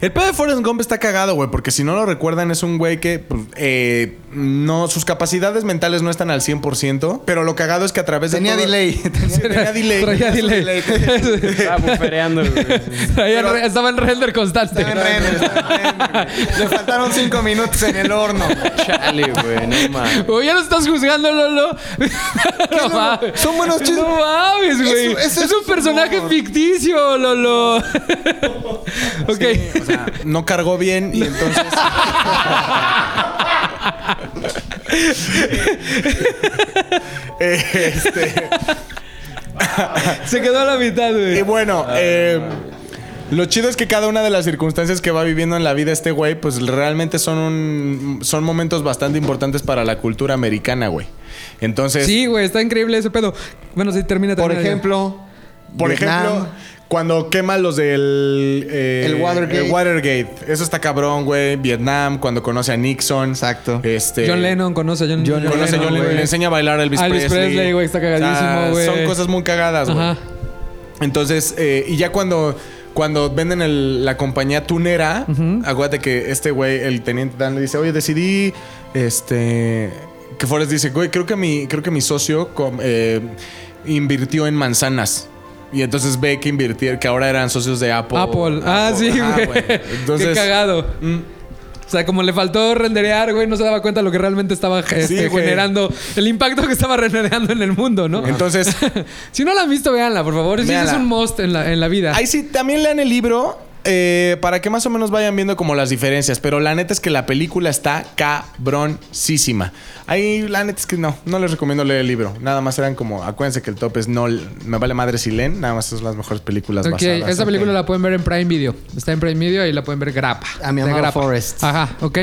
A: El pedo de Forrest Gump está cagado, güey, porque si no lo recuerdan es un güey que pues, eh, no, sus capacidades mentales no están al 100%, pero lo cagado es que a través de...
H: Tenía
A: todo-
H: delay.
A: Tenía delay.
B: Traía delay.
C: Estaba bufereando, güey.
B: Traía re- estaba en render constante.
H: Está en render, está en render. Le faltaron cinco minutos en el horno.
C: Chale, güey, no mames.
B: Uy, ya lo estás juzgando, Lolo. no mames.
H: Son buenos chistes.
B: No mames, güey.
H: Eso-
B: Es,
H: eso
B: un
H: es
B: personaje
H: humor.
B: ficticio, Lolo. ok.
A: O sea, no cargó bien y entonces... Eh, este,
B: Se quedó a la mitad,
A: y
B: güey.
A: bueno, eh, lo chido es que cada una de las circunstancias que va viviendo en la vida este güey, pues realmente son, un, son momentos bastante importantes para la cultura americana, güey. Entonces...
B: Sí, güey, está increíble ese pedo. Bueno, sí, termina
H: Por
B: termina ya.
H: ejemplo,
A: Por
H: Vietnam.
A: ejemplo, cuando quema los del... eh,
H: El Watergate.
A: Watergate. Eso está cabrón, güey. Vietnam, cuando conoce a Nixon.
H: Exacto.
A: Este,
B: John Lennon conoce a John,
H: John
A: Conoce a John Lennon.
B: güey.
A: Le enseña a bailar a Elvis,
B: Elvis Presley, güey, está cagadísimo, güey.
A: Son cosas muy cagadas, güey.
B: Ajá.
A: Entonces, eh, y ya cuando... Cuando venden el- la compañía tunera, acuérdate que este güey, el teniente Dan, le dice, oye, decidí, este, que Forrest dice, güey, creo que mi, creo que mi socio com- eh, invirtió en manzanas. Y entonces ve que invirtieron, que ahora eran socios de Apple.
B: Apple. Ah, sí,
A: Ajá,
B: güey.
A: Entonces, mm.
B: Qué cagado. O sea, como le faltó renderear, güey, no se daba cuenta lo que realmente estaba este,
A: güey.
B: generando, el impacto que estaba rendereando en el mundo, ¿no?
A: entonces
B: si no la han visto, véanla, por favor. Sí, ese es
A: Véanla.
B: un must en la, en la vida.
A: Ahí sí, también lean el libro eh, para que más o menos vayan viendo como las diferencias. Pero la neta es que la película está cabroncísima. Ahí la neta es que no, no les recomiendo leer el libro. Nada más eran como, acuérdense que el top es no, me vale madre si leen. Nada más son las mejores películas
B: ok,
A: basadas.
B: esta
A: Ok.
B: película la pueden ver en Prime Video. Está en Prime Video y la pueden ver grapa.
H: A Ah, mi
B: De
H: amado
B: grapa.
H: Forrest.
B: Ajá, ok.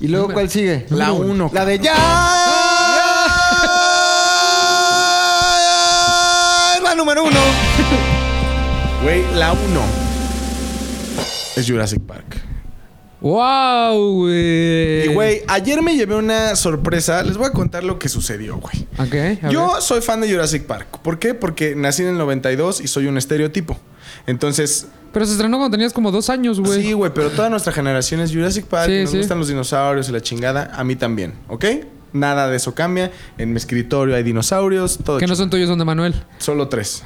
H: ¿Y luego cuál sigue?
A: La uno.
H: La de ya. La número uno.
A: Güey, la 1 es Jurassic Park.
B: ¡Wow, güey!
A: Y güey, ayer me llevé una sorpresa. Les voy a contar lo que sucedió, güey.
B: Ok, a
A: Yo
B: ver.
A: soy fan de Jurassic Park. ¿Por qué? Porque nací en el 92 y soy un estereotipo. Entonces,
B: Pero se estrenó cuando tenías como dos años, güey.
A: sí, güey, pero toda nuestra generación es Jurassic Park.
B: Sí,
A: nos
B: sí.
A: gustan los dinosaurios y la chingada. A mí también, ¿ok? Nada de eso cambia. En mi escritorio hay dinosaurios, todo.
B: que no
A: chido.
B: son tuyos, son de Manuel.
A: Solo tres.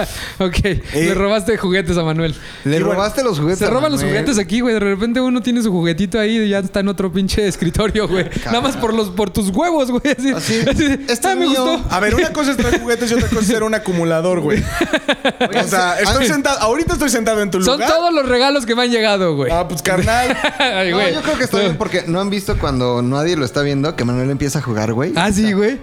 B: Ok, le robaste juguetes a Manuel.
H: Le
A: Y bueno,
H: robaste los juguetes.
B: Se
H: Eh, a
B: roban los
H: Manuel.
B: juguetes aquí, güey. De repente uno tiene su juguetito ahí y ya está en otro pinche escritorio, güey. Nada más por los por tus huevos, güey. Así,
H: Así,
B: así,
H: Ah, este
B: ah, me
H: mío.
B: gustó.
A: A ver, una cosa es traer juguetes y otra cosa es ser un acumulador, güey. O sea, estoy sentado. Ahorita estoy sentado en tu
B: Ah, Son
A: lugar.
B: todos los regalos que me han llegado, güey.
A: Ah, pues carnal.
B: Ay,
H: No,
B: güey.
H: yo creo que está bien porque no han visto cuando nadie lo está viendo que Manuel empieza a jugar, güey.
B: Ah, sí, güey.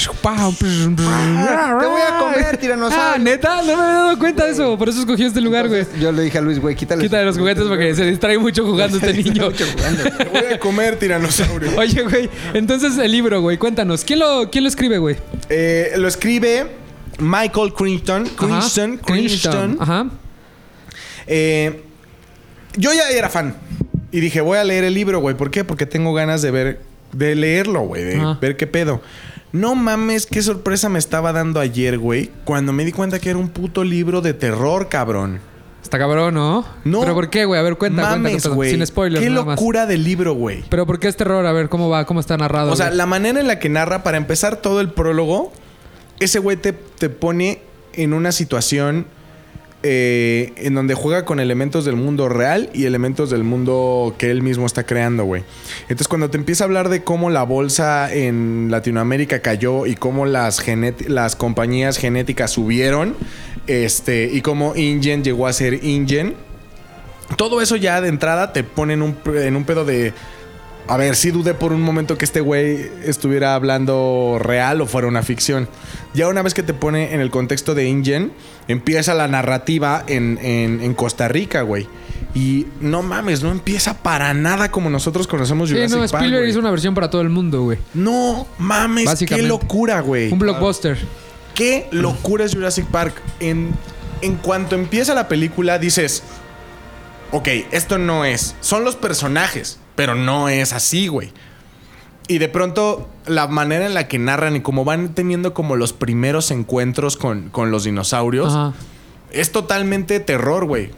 B: Te
H: voy a comer, tiranosaurio. pues,
B: Ah, neta, no me había dado cuenta de eso. Por eso escogí este lugar, güey.
H: Yo le dije a Luis, güey, quítale.
B: Quita de los juguetes porque se distrae mucho jugando este niño.
A: Te voy a comer, tiranosaurio.
B: Oye, güey. Entonces, el libro, güey. Cuéntanos. ¿Quién lo, quién lo escribe, güey?
A: Eh, lo escribe Michael Crichton.
B: Ajá.
A: Crichton.
B: Crichton.
A: Crichton.
B: Ajá.
A: Eh, yo ya era fan. Y dije, voy a leer el libro, güey. ¿Por qué? Porque tengo ganas de ver, de leerlo, güey. De
B: Ajá.
A: ver qué pedo. No mames, qué sorpresa me estaba dando ayer, güey. Cuando me di cuenta que era un puto libro de terror, cabrón.
B: Está cabrón, ¿no?
A: No.
B: ¿Pero por qué, güey? A ver, cuenta, cuenta,
A: mames,
B: cuenta,
A: güey.
B: Sin spoilers,
A: Qué
B: nada más.
A: locura de libro, güey.
B: ¿Pero por qué es terror? A ver, ¿cómo va? ¿Cómo está narrado?
A: O sea,
B: güey?
A: la manera en la que narra, para empezar todo el prólogo, ese güey te, te pone en una situación eh, en donde juega con elementos del mundo real y elementos del mundo que él mismo está creando, güey. Entonces, cuando te empieza a hablar de cómo la bolsa en Latinoamérica cayó y cómo las, genet- las compañías genéticas subieron, este, y cómo InGen llegó a ser InGen, todo eso ya de entrada te pone en un, en un pedo de. A ver, sí dudé por un momento que este güey estuviera hablando real o fuera una ficción. Ya una vez que te pone en el contexto de InGen, empieza la narrativa en, en- en Costa Rica, güey. Y no mames, no empieza para nada como nosotros conocemos
B: Sí,
A: Jurassic
B: no,
A: Park,
B: Spielberg
A: güey.
B: hizo una versión para todo el mundo, güey.
A: No mames, qué
B: Básicamente.
A: locura, güey.
B: Un blockbuster.
A: Qué locura es Jurassic Park. En, en cuanto empieza la película, dices: Ok, esto no es. Son los personajes, pero no es así, güey. Y de pronto, la manera en la que narran y como van teniendo como los primeros encuentros con, con los dinosaurios,
B: Ajá.
A: es totalmente terror, güey.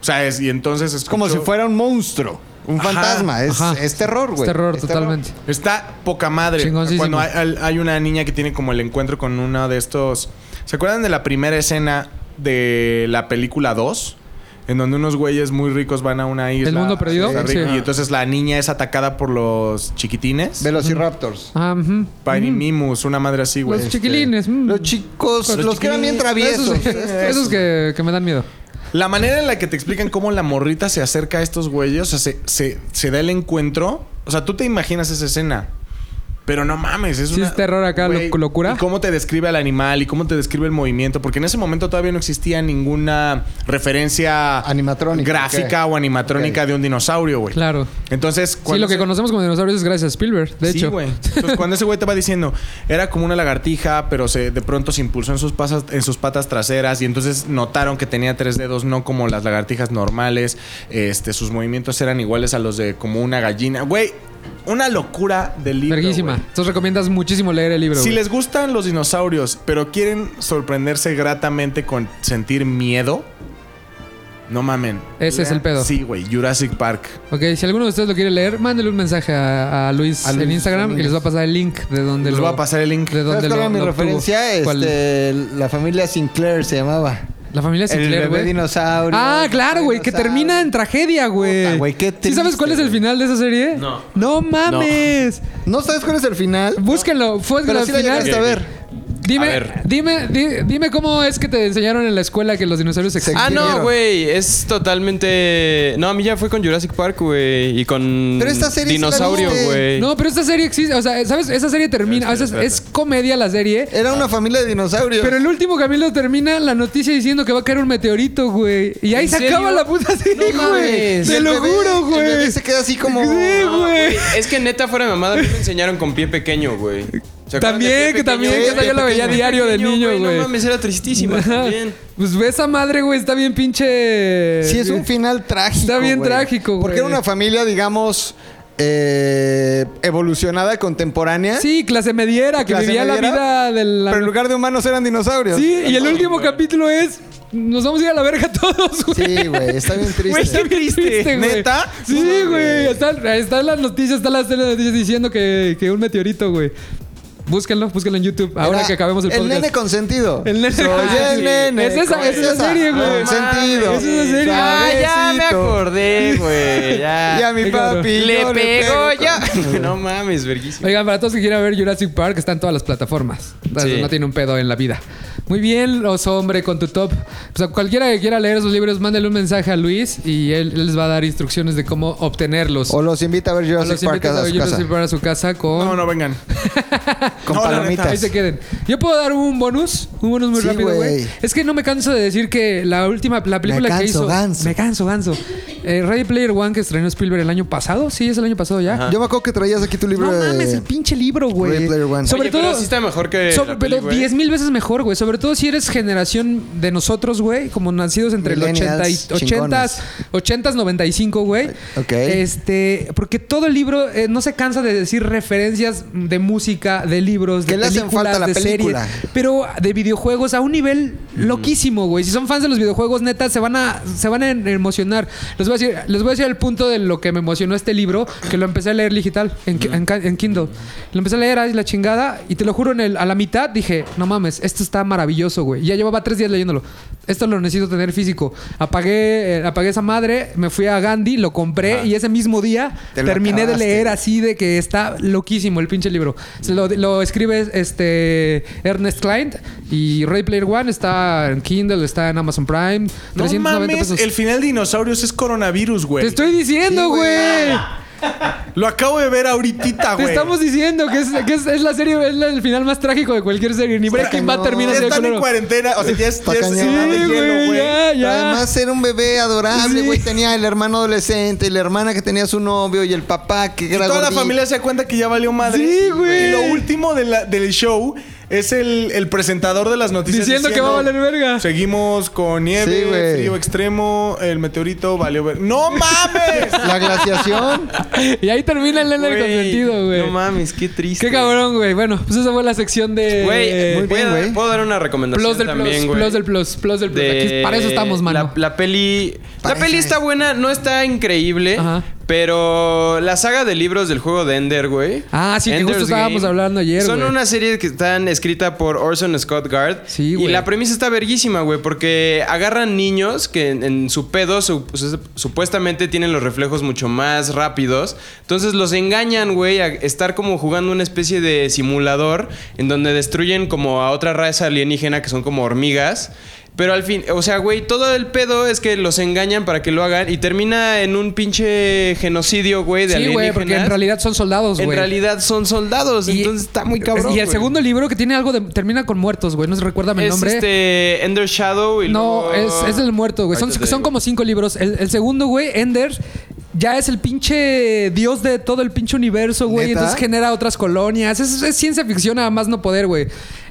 A: O sea, es, y entonces es
D: Como si fuera un monstruo, un
A: Ajá,
D: fantasma. Es,
B: ajá.
A: este
D: es terror, güey.
B: Es terror, totalmente.
A: Está poca madre.
B: Chingoncísimo.
A: Cuando hay, al- hay una niña que tiene como el encuentro con uno de estos. ¿Se acuerdan de la primera escena de la película 2? En donde unos güeyes muy ricos van a una isla.
B: mundo perdido?
A: Costa Rica,
B: Sí.
A: Y entonces la niña es atacada por los chiquitines.
D: Velociraptors. Este,
B: Ajá, ujú.
A: Pyrimimus, una madre así, güey.
B: Los chiquilines. mm.
D: Los chicos, los,
A: Los
D: que eran bien traviesos.
B: Esos, esos que, que me dan miedo.
A: La manera en la que te explican cómo la morrita se acerca a estos güeyes, o sea, se, se- se da el encuentro. O sea, tú te imaginas esa escena. Pero no mames, es
B: Sí,
A: una.
B: es terror acá,
A: güey,
B: loc- locura.
A: Y cómo te describe al animal y cómo te describe el movimiento. Porque en ese momento todavía no existía ninguna referencia.
D: Animatrónica,
A: Gráfica
D: ok.
A: o animatrónica
D: Ok.
A: de un dinosaurio, güey.
B: Claro.
A: Entonces,
B: Sí, lo que
A: se-
B: conocemos como dinosaurios es gracias a Spielberg, de
A: sí,
B: hecho.
A: güey. Entonces, cuando ese güey te va diciendo, era como una lagartija, pero se de pronto se impulsó en sus, pasas, en sus patas traseras y entonces notaron que tenía tres dedos, no como las lagartijas normales. Este, sus movimientos eran iguales a los de como una gallina. Güey, una locura del libro. güey.
B: Verguísima. Entonces recomiendas muchísimo leer el libro.
A: Si
B: güey.
A: les gustan los dinosaurios, pero quieren sorprenderse gratamente con sentir miedo, no mamen.
B: Ese es el pedo.
A: Sí, güey, Jurassic Park.
B: Ok, si alguno de ustedes lo quiere leer, mándele un mensaje a, a Luis,
D: A Luis
B: en Instagram y
D: Domínguez.
B: les va a pasar el link de donde
A: Les
B: lo
A: voy a pasar el link.
B: de donde
D: ¿Sabes cuál
B: lo,
D: era mi
B: lo obtuvo.
D: referencia?
B: ¿Cuál?
D: Este, la familia Sinclair se llamaba.
B: La familia
D: el
B: Sinclair,
D: bebé
B: güey.
D: dinosaurio.
B: Ah, claro, güey, que
D: dinosaurio.
B: termina en tragedia,
D: Puta, güey,
B: güey.
D: qué
B: ¿Sí sabes
D: triste,
B: cuál es el
D: güey.
B: final de esa serie? No. No mames.
D: ¿No sabes cuál es el final?
B: Búsquenlo, fue
D: Pero
B: el
D: sí la
B: final.
D: llegaste a ver.
B: Dime,
C: A ver.
B: dime, di- dime cómo es que te enseñaron en la escuela que los dinosaurios existían.
C: Ah, no, güey. Es totalmente. No, a mí ya fue con Jurassic Park, güey. Y con.
D: Pero esta serie sí la
C: Dinosaurio,
D: viste.
C: güey.
B: No, pero esta serie existe, o sea, ¿sabes? Esa serie termina, o sea, es- es comedia la serie,
D: Era una familia de dinosaurios.
B: Pero el último capítulo termina la noticia diciendo que va a caer un meteorito, güey. Y ahí
C: ¿En
B: se
C: serio?
B: acaba la puta serie,
C: No
B: güey.
C: mames.
D: Y
B: Te
D: el
B: lo
D: bebé-
B: juro,
D: El
B: güey.
D: bebé se queda así como. "Ah,
B: Sí, güey.
C: Güey, Es que neta fuera de mamada, a mí me enseñaron con pie pequeño, güey. ¿Se acuerdan de
B: También,
C: Pie
B: que también,
C: Pequeño?
B: que esa yo la veía
C: Pie
B: diario de
C: Pequeño,
B: niño, güey.
C: No mames, era tristísima
B: Ajá.
C: también.
B: Pues ve esa madre, güey. Está bien pinche. eh,
D: Sí, es un final trágico.
B: Está bien
D: güey.
B: trágico, güey.
D: Porque era una familia, digamos, eh, evolucionada, contemporánea.
B: Sí, clase mediera, que
D: ¿eh? Clase
B: vivía la
D: mediera,
B: vida de la.
D: Pero en lugar de humanos eran dinosaurios.
B: Sí, y el último capítulo es. Nos vamos a ir a la verga todos, güey.
D: Sí, güey, está bien triste.
B: Güey, está bien triste, güey.
A: ¿Neta?
B: Sí, güey. Está, está en las noticias, está en las noticias diciendo que, que un meteorito, güey. Búsquenlo, búsquenlo en YouTube. Ahora
D: Era
B: que acabemos el podcast.
D: El nene consentido.
B: El nene-
D: Soy
B: Ah, sí.
D: el nene.
B: Es esa- es esa serie, güey.
D: Consentido.
B: Es esa serie.
C: Ah, ya me
D: Suavecito.
C: acordé, güey. Ya.
D: Y a mi
B: Qué cabrón.
D: papi.
C: le
D: yo
C: pego
D: pego
C: ya. no mames, verguísima.
B: Oigan, para todos que quieran ver Jurassic Park, está en todas las plataformas. Entonces,
C: Sí.
B: No tiene un pedo en la vida. Muy bien, los hombre, con tu top. Pues a cualquiera que quiera leer esos libros, mándale un mensaje a Luis y él, él les va a dar instrucciones de cómo obtenerlos.
D: O los invita a ver
B: O los
D: Jurassic Park
B: invitas
D: a
B: a
D: su
B: Jurassic
D: casa.
B: Park a su casa con,
A: No, no vengan.
D: Con
A: No, la neta,
B: Ahí
D: palomitas.
B: se queden. Yo puedo dar un bonus, un bonus muy
D: Sí,
B: rápido, güey.
D: güey.
B: Es que no me canso de decir que la última, la película que
D: canso,
B: hizo.
D: ganso.
B: Me canso, ganso. Eh, Ready Player One que estrenó Spielberg el año pasado. Sí, es el año pasado ya.
D: Yo me acuerdo que traías aquí tu libro
B: no
D: de.
B: mames, el pinche libro, güey.
D: Ready Player One.
B: Sobre
C: Oye, pero
B: todo.
C: sí está mejor que
B: sobre-
C: la ¿eh? peli,
B: pero
C: güey.
B: 10 mil veces mejor, güey. Sobre todo si eres generación de nosotros, güey. Como nacidos entre el 80 y
D: Millennials,
B: 80, 80, 95, güey.
D: Ok.
B: Este, porque todo el libro eh, no se cansa de decir referencias de música, de libros, de
D: Que le hacen
B: películas,
D: falta a la
B: de series,
D: película.
B: pero de videojuegos a un nivel loquísimo, güey. Si son fans de los videojuegos, neta, se van a, se van a emocionar. Los voy a decir, les voy a decir el punto de lo que me emocionó este libro, que lo empecé a leer digital, en, ki- en ca- en Kindle. Lo empecé a leer ahí la chingada, y te lo juro, en el- a la mitad dije, no mames, esto está maravilloso, güey. Ya llevaba tres días leyéndolo. Esto lo necesito tener físico. Apagué, eh, apagué esa madre, me fui a Gandhi, lo compré, y ese mismo día
D: Te lo
B: terminé de
D: acabaste,
B: leer
D: güey.
B: así de que está loquísimo el pinche libro. Se lo, lo escribe este Ernest Klein y Ray Player One está en Kindle, está en Amazon Prime.
A: No
B: 390
A: mames,
B: pesos.
A: el final de Dinosaurios es coronavirus, güey.
B: Te estoy diciendo,
D: Sí,
B: güey.
D: güey.
A: Lo acabo de ver ahorita,
B: Te
A: güey.
B: estamos diciendo que, es, que es, es la serie, es la- el final más trágico de cualquier serie. Ni Breaking Bad
D: cañón.
B: termina
A: Ya
B: así de
A: están en
B: culero.
A: cuarentena. O sea, ya es,
D: Está
A: ya es
D: cañón.
A: edad de
B: Sí,
A: hielo,
B: güey, ya,
D: Pero
B: ya.
D: Además era un bebé adorable,
B: Sí.
D: güey. Tenía el hermano adolescente y la hermana que tenía su novio y el papá que
A: Y
D: era
A: toda la
D: gordito.
A: familia se da cuenta que ya valió madre.
B: Sí, güey.
A: Y lo último de la- del show es el, el presentador de las noticias.
B: Diciendo que va a valer verga.
A: Seguimos con
D: Sí,
A: nieve,
D: güey.
A: frío extremo, el meteorito valió ver. ¡No mames!
D: La glaciación.
B: Y ahí termina el Leonard consentido, güey.
C: No mames, qué triste.
B: Qué cabrón, Eh, güey. Bueno, pues esa fue la sección de.
C: Güey,
D: muy
C: voy a
D: bien,
C: dar-
D: güey.
C: puedo dar una recomendación
B: Plus del
C: también,
B: plus,
C: güey.
B: plus del plus, plus del plus.
C: de-
B: Aquí- para eso estamos, mano.
C: La, la peli.
D: Para
C: la peli
D: eso
C: está
D: es.
C: buena, no está increíble.
B: Ajá.
C: Pero la saga de libros del juego de Ender, güey.
B: Ah, sí, que
C: Ender's
B: justo estábamos hablando ayer,
C: Son
B: güey.
C: una serie que están escrita por Orson Scott Card.
B: Sí,
C: Y
B: güey.
C: la premisa está verguísima, güey, porque agarran niños que en, en su pedo su- su- supuestamente tienen los reflejos mucho más rápidos. Entonces los engañan, güey, a estar como jugando una especie de simulador en donde destruyen como a otra raza alienígena que son como hormigas. Pero al fin, o sea, güey, todo el pedo es que los engañan para que lo hagan y termina en un pinche genocidio, güey, de
B: sí,
C: alienígenas.
B: güey, porque en realidad son soldados,
C: En
B: güey.
C: realidad son soldados,
B: Y-
C: entonces está muy cabrón.
B: Y el
C: güey.
B: segundo libro que tiene algo de. Termina con muertos, güey. No sé, recuérdame el
C: es
B: nombre.
C: este Ender Shadow y
B: No, es,
C: luego-
B: es el muerto, güey. Son,
C: Ahorita te
B: son
C: digo.
B: como cinco libros. El, el segundo, güey, Ender, ya es el pinche dios de todo el pinche universo, güey.
D: ¿Neta?
B: Entonces genera otras colonias. Es, es ciencia ficción a más no poder, güey.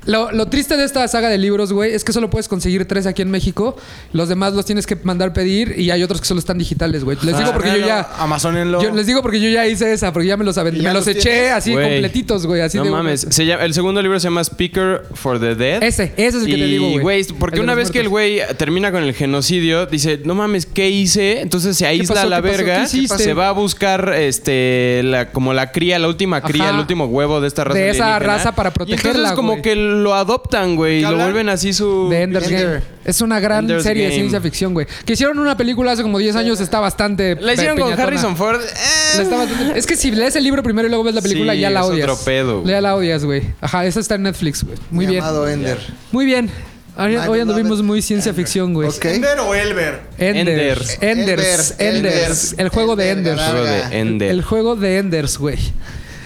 B: Lo, lo triste de esta saga de libros, güey, es que solo puedes conseguir tres aquí en México. Los demás los tienes que mandar pedir y hay otros que solo están digitales, güey. Les
C: Ah,
B: digo porque yo ya...
A: Amazonenlo.
B: Yo les digo porque yo ya hice esa, porque ya me los, aven-
D: ya
B: me los
D: los
B: eché
D: tienes.
B: así
C: Güey.
B: completitos, güey. Así
C: no
B: de
C: mames. Se llama- el segundo libro se llama Speaker for the Dead.
B: Ese, ese es el que te
C: Y,
B: digo, güey.
C: Porque
B: El de
C: una
B: los
C: vez que el güey termina con el genocidio, dice, no mames, ¿qué hice? Entonces se aísla
B: pasó?
C: a la
B: ¿Qué pasó? ¿Qué
C: verga.
B: hiciste?
C: se va a buscar este la, como la cría, la última cría,
B: Ajá.
C: el último huevo de esta raza.
B: De esa
C: alienígena.
B: raza para
C: Y
B: protegerla,
C: entonces como
B: güey.
C: que lo adoptan, güey. Y lo
A: hablan?
C: vuelven así su.
B: De Ender's
D: Ender.
B: Game. Es una gran
C: Ender's
B: serie de
C: Game.
B: ciencia ficción, güey. Que hicieron una película hace como 10 años, está bastante.
C: La hicieron
B: pe-
C: con
B: peñatona.
C: Harrison Ford.
B: La
C: Eh,
B: está bastante- Es que si lees el libro primero y luego ves la película,
C: Sí,
B: ya la
C: es
B: odias.
C: otro pedo, güey.
B: Ya la odias, güey. Ajá, esa está en Netflix, güey. Muy bien.
D: Llamado Ender.
B: Muy bien. Hoy,
D: I
B: hoy
D: love
B: anduvimos
D: it.
B: muy ciencia ficción, güey.
D: Ok.
A: ¿Ender o Elver?
B: Enders.
C: Enders.
B: pues, Enders.
D: Enders.
B: Enders. El juego de
D: Ender,
B: Enders.
D: carajo.
C: Juego de Ender.
B: El juego de Enders, güey.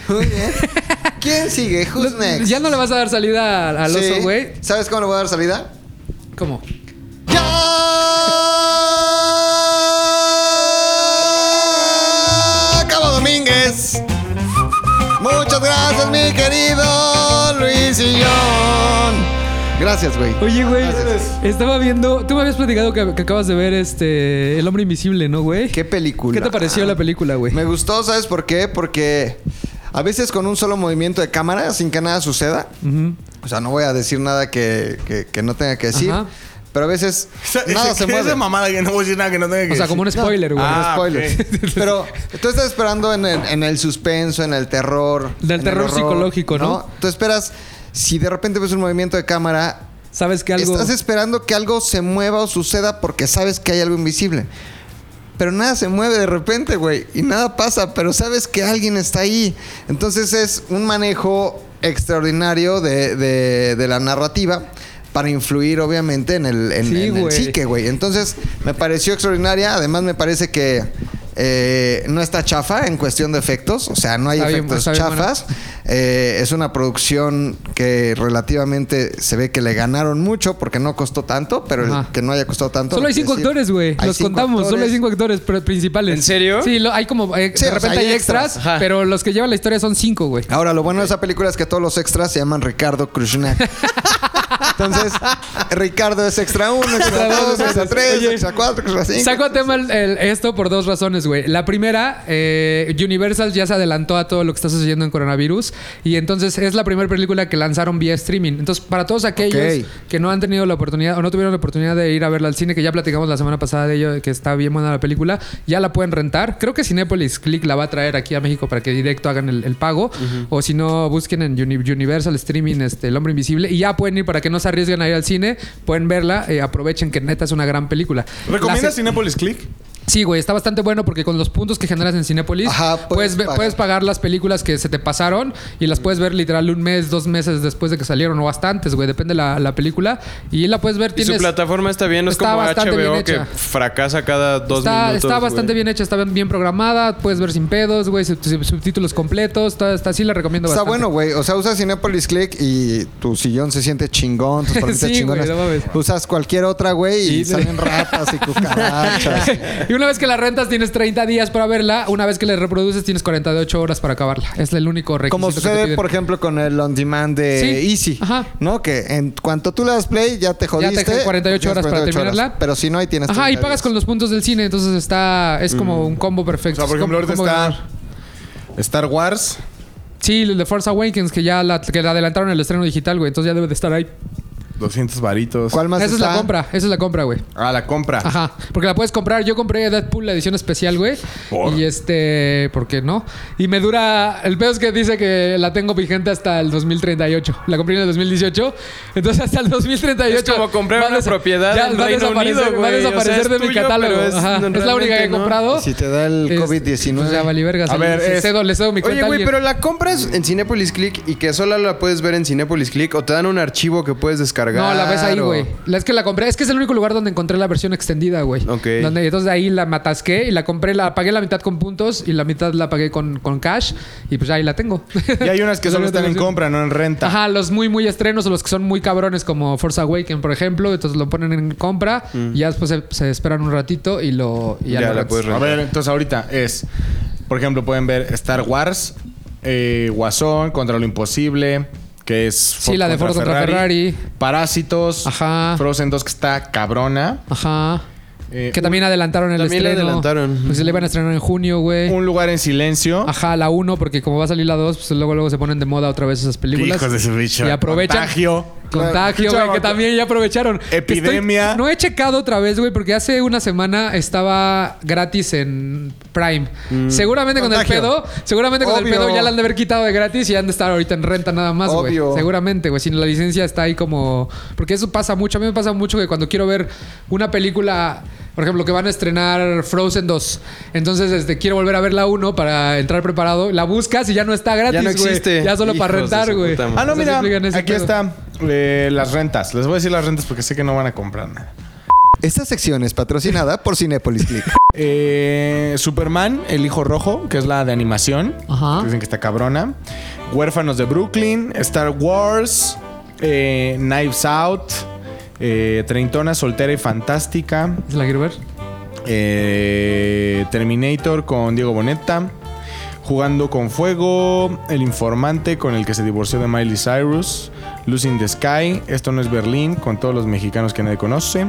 D: Muy bien. ¿Quién sigue? Who's
B: Lo-
D: next?
B: Ya no le vas a dar salida al, al
D: Sí.
B: oso, güey.
D: ¿Sabes cómo le voy a dar salida?
B: ¿Cómo?
D: Cabo Domínguez. Muchas gracias, mi querido Luis Sillón. Gracias, güey.
B: Oye, güey,
D: Gracias.
B: estaba viendo. Tú me habías platicado que, que acabas de ver este. El hombre invisible, ¿no, güey?
D: Qué película.
B: ¿Qué te pareció la película, güey?
D: Me gustó, ¿sabes por qué? Porque a veces con un solo movimiento de cámara, sin que nada suceda,
B: Ujú.
D: o sea, no voy a decir nada que, que- que no tenga que decir,
B: Ajá.
D: pero a veces nada se
A: Es de
D: mueve.
A: mamada que no voy a decir nada que no tenga que
B: O sea, como un spoiler, güey.
A: Ah,
D: spoilers. Pero tú estás esperando en el, en el suspenso, en el terror.
B: Del
D: en el
B: terror psicológico, ¿no?
D: Tú esperas, si de repente ves un movimiento de cámara,
B: Sabes que algo.
D: estás esperando que algo se mueva o suceda porque sabes que hay algo invisible. Pero nada se mueve de repente, güey. Y nada pasa, pero sabes que alguien está ahí. Entonces es un manejo extraordinario de, de- de la narrativa para influir, obviamente, en el, en-
B: Sí,
D: en el
B: güey.
D: psique, güey. Entonces me pareció extraordinaria. Además, me parece que eh, no está chafa en cuestión de efectos. O sea, no hay
B: Está bien, pues,
D: efectos
B: está bien buena.
D: chafas. Eh, es una producción que relativamente se ve que le ganaron mucho porque no costó tanto, pero el
B: Ajá.
D: que no haya costado tanto.
B: Solo hay cinco
D: quiere decir,
B: actores, güey.
D: hay
B: Los
D: cinco
B: contamos. Solo hay
D: actores.
B: cinco actores pr- principales.
C: ¿En serio?
B: Sí, lo- hay como. eh,
D: Sí,
B: de
D: o sea,
B: repente
D: hay
B: hay
D: extras.
B: extras,
C: Ajá.
B: pero los que llevan la historia son cinco, güey.
D: Ahora, lo bueno de esa película es que todos los extras se llaman Ricardo Krishnak. Entonces, Ricardo es extra uno, extra dos, extra tres,
B: Oye,
D: extra cuatro, extra cinco.
B: Saco a tema el- el- esto por dos razones, güey. La primera, eh, Universal ya se adelantó a todo lo que está sucediendo en coronavirus Y entonces es la primera película que lanzaron vía streaming. Entonces, para todos aquellos
H: Ok.
B: que no han tenido la oportunidad o no tuvieron la oportunidad de ir a verla al cine, que ya platicamos la semana pasada de ello, que está bien buena la película, ya la pueden rentar. Creo que Cinépolis Click la va a traer aquí a México para que directo hagan el, el pago. O si no, busquen en Uni- Universal Streaming este, El Hombre Invisible y ya pueden ir para que no se arriesguen a ir al cine. Pueden verla, eh, aprovechen que neta es una gran película. La
A: ¿Recomiendas
B: se-
A: Cinepolis Click?
B: Sí, güey, está bastante bueno porque con los puntos que generas en Cinépolis
H: Ajá,
B: puedes,
H: puedes
B: ve- puedes,
H: pagar.
B: pagar las películas que se te pasaron y las puedes ver literal un mes, dos meses después de que salieron o bastantes, güey, depende la, la película y la puedes ver.
C: Y su
B: tienes-
C: plataforma está bien, no es
B: Está
C: como
B: bastante bien
C: HBO que
B: hecha.
C: fracasa cada dos
B: está,
C: minutos.
B: está bastante
C: güey.
B: bien hecha, está bien, bien programada, puedes ver sin pedos, güey, sub- sub- subtítulos completos, está, está- sí la recomiendo
H: Está
B: bastante.
H: bueno, güey. O sea, usas Cinepolis Click y tu sillón se siente chingón, tus palomitas
B: Sí, güey,
H: chingonas.
B: no mames.
H: usas cualquier otra, güey, y
B: Sí.
H: salen ratas y cucarachas.
B: y una vez que la rentas tienes 30 días para verla, una vez que la reproduces tienes 48 horas para acabarla. Es el único requisito
H: Como
B: que te
H: sucede,
B: piden.
H: por ejemplo, con el on demand de
B: Sí.
H: Easy.
B: Ajá.
H: ¿No? Que en cuanto tú le das play, ya te jodiste.
B: dejan 48
H: tienes
B: horas para terminarla.
H: Pero si no, ahí tienes.
B: Ajá, y
H: 30
B: pagas
H: días.
B: con los puntos del cine, entonces está es como
H: Mm.
B: un combo
A: O
B: perfecto.
A: sea, por
B: Es
A: ejemplo,
B: como-
A: ahorita
B: combo ganador.
A: está Star Wars.
B: Sí, el de Force Awakens, que ya la, que la adelantaron el estreno digital, güey. Entonces ya debe de estar ahí.
A: 200 varitos.
H: ¿Cuál más
B: Esa es
H: está?
B: la compra, esa es la compra, güey.
A: Ah, la compra.
B: Ajá. Porque la puedes comprar. Yo compré Deadpool, la edición especial, güey.
A: Por.
B: Y este, ¿por qué no? Y me dura. El peor es que dice que la tengo vigente hasta el 2038. La compré en el 2018. Entonces hasta el 2038.
C: Es como comprar
B: va a
C: una
B: desa-
C: propiedad en
B: va a
C: Reino
B: desaparecer,
C: Unido,
B: Va a
C: güey. O sea,
B: desaparecer
C: es
B: de mi
C: tuyo,
B: catálogo.
C: pero es-
B: Ajá.
C: no,
B: es la única que he
C: realmente no.
B: comprado.
H: Y Si te da el
B: Es-
H: COVID-19.
B: Pues ya vale verga.
A: A
B: sí,
A: ver,
B: sí,
A: es-
B: cedo, le cedo mi cuenta
C: Oye,
B: a
C: güey,
B: alguien.
C: pero la compras en Cinepolis Click y que solo la puedes ver en Cinepolis Click o te dan un archivo que puedes descargar.
B: No, la ves ahí,
C: o-
B: güey. La- Es que la compré. Es que es el único lugar donde encontré la versión extendida, güey.
C: Ok.
B: Donde, entonces ahí la matasqué y la compré. La pagué la mitad con puntos y la mitad la pagué con, con cash. Y pues ahí la tengo.
A: Y hay unas que solo están en compra, no en renta.
B: Ajá, los muy, muy estrenos o los que son muy cabrones, como Force Awaken, por ejemplo. Entonces lo ponen en compra
A: Mm.
B: y ya después se, se esperan un ratito y lo. y ya
C: Ya
B: lo
C: la
B: rentas.
C: puedes
A: A ver, entonces ahorita es, por ejemplo, pueden ver Star Wars, eh, Guasón, Contra lo Imposible, que es...
B: Sí, la de Ford contra Ferrari.
A: Parásitos.
B: Ajá.
A: Frozen 2, que está cabrona.
B: Ajá.
A: eh,
B: Que también adelantaron el
C: También la
B: estreno.
C: adelantaron.
B: Pues se le iban a estrenar en junio, güey.
A: Un lugar en silencio.
B: Ajá, la 1, porque como va a salir la 2, pues luego, luego se ponen de moda otra vez esas películas.
A: Hijos de su bicho.
B: Y aprovechan.
A: Contagio.
B: Contagio,
A: Claro.
B: güey, que también ya aprovecharon. Que estoy-
A: Epidemia.
B: no he checado otra vez, güey, porque hace una semana estaba gratis en Prime.
C: Mm.
B: Seguramente
H: Contagio.
B: con el pedo, seguramente con el
H: Obvio.
B: pedo ya la han de haber quitado de gratis y han de estar ahorita en renta nada más, güey.
H: Obvio.
B: Seguramente, güey, sin la licencia está ahí como porque eso pasa mucho, a mí me pasa mucho que cuando quiero ver una película por ejemplo, que van a estrenar Frozen 2. Entonces, este, quiero volver a ver la 1 para entrar preparado. La buscas y ya no está gratis,
C: Ya no
B: güey.
C: existe.
B: Ya solo para
C: Hijos de
B: rentar,
C: su
B: güey.
C: puta madre.
A: Ah, no,
B: Entonces,
A: mira,
B: explican ese
A: aquí
B: pedo.
A: está eh, las rentas. Les voy a decir las rentas porque sé que no van a comprar nada.
H: Esta sección es patrocinada por Cinepolis Click.
A: Eh, Superman, El Hijo Rojo, que es la de animación.
B: Ajá.
A: que Dicen que está cabrona. Huérfanos de Brooklyn, Star Wars, eh, Knives Out, eh, Treintona Soltera y Fantástica,
B: ¿Es la quiero ver?
A: eh, Terminator con Diego Boneta, Jugando con Fuego, El Informante con el que se divorció de Miley Cyrus, Luz in the Sky, Esto no es Berlín, con todos los mexicanos que nadie conoce,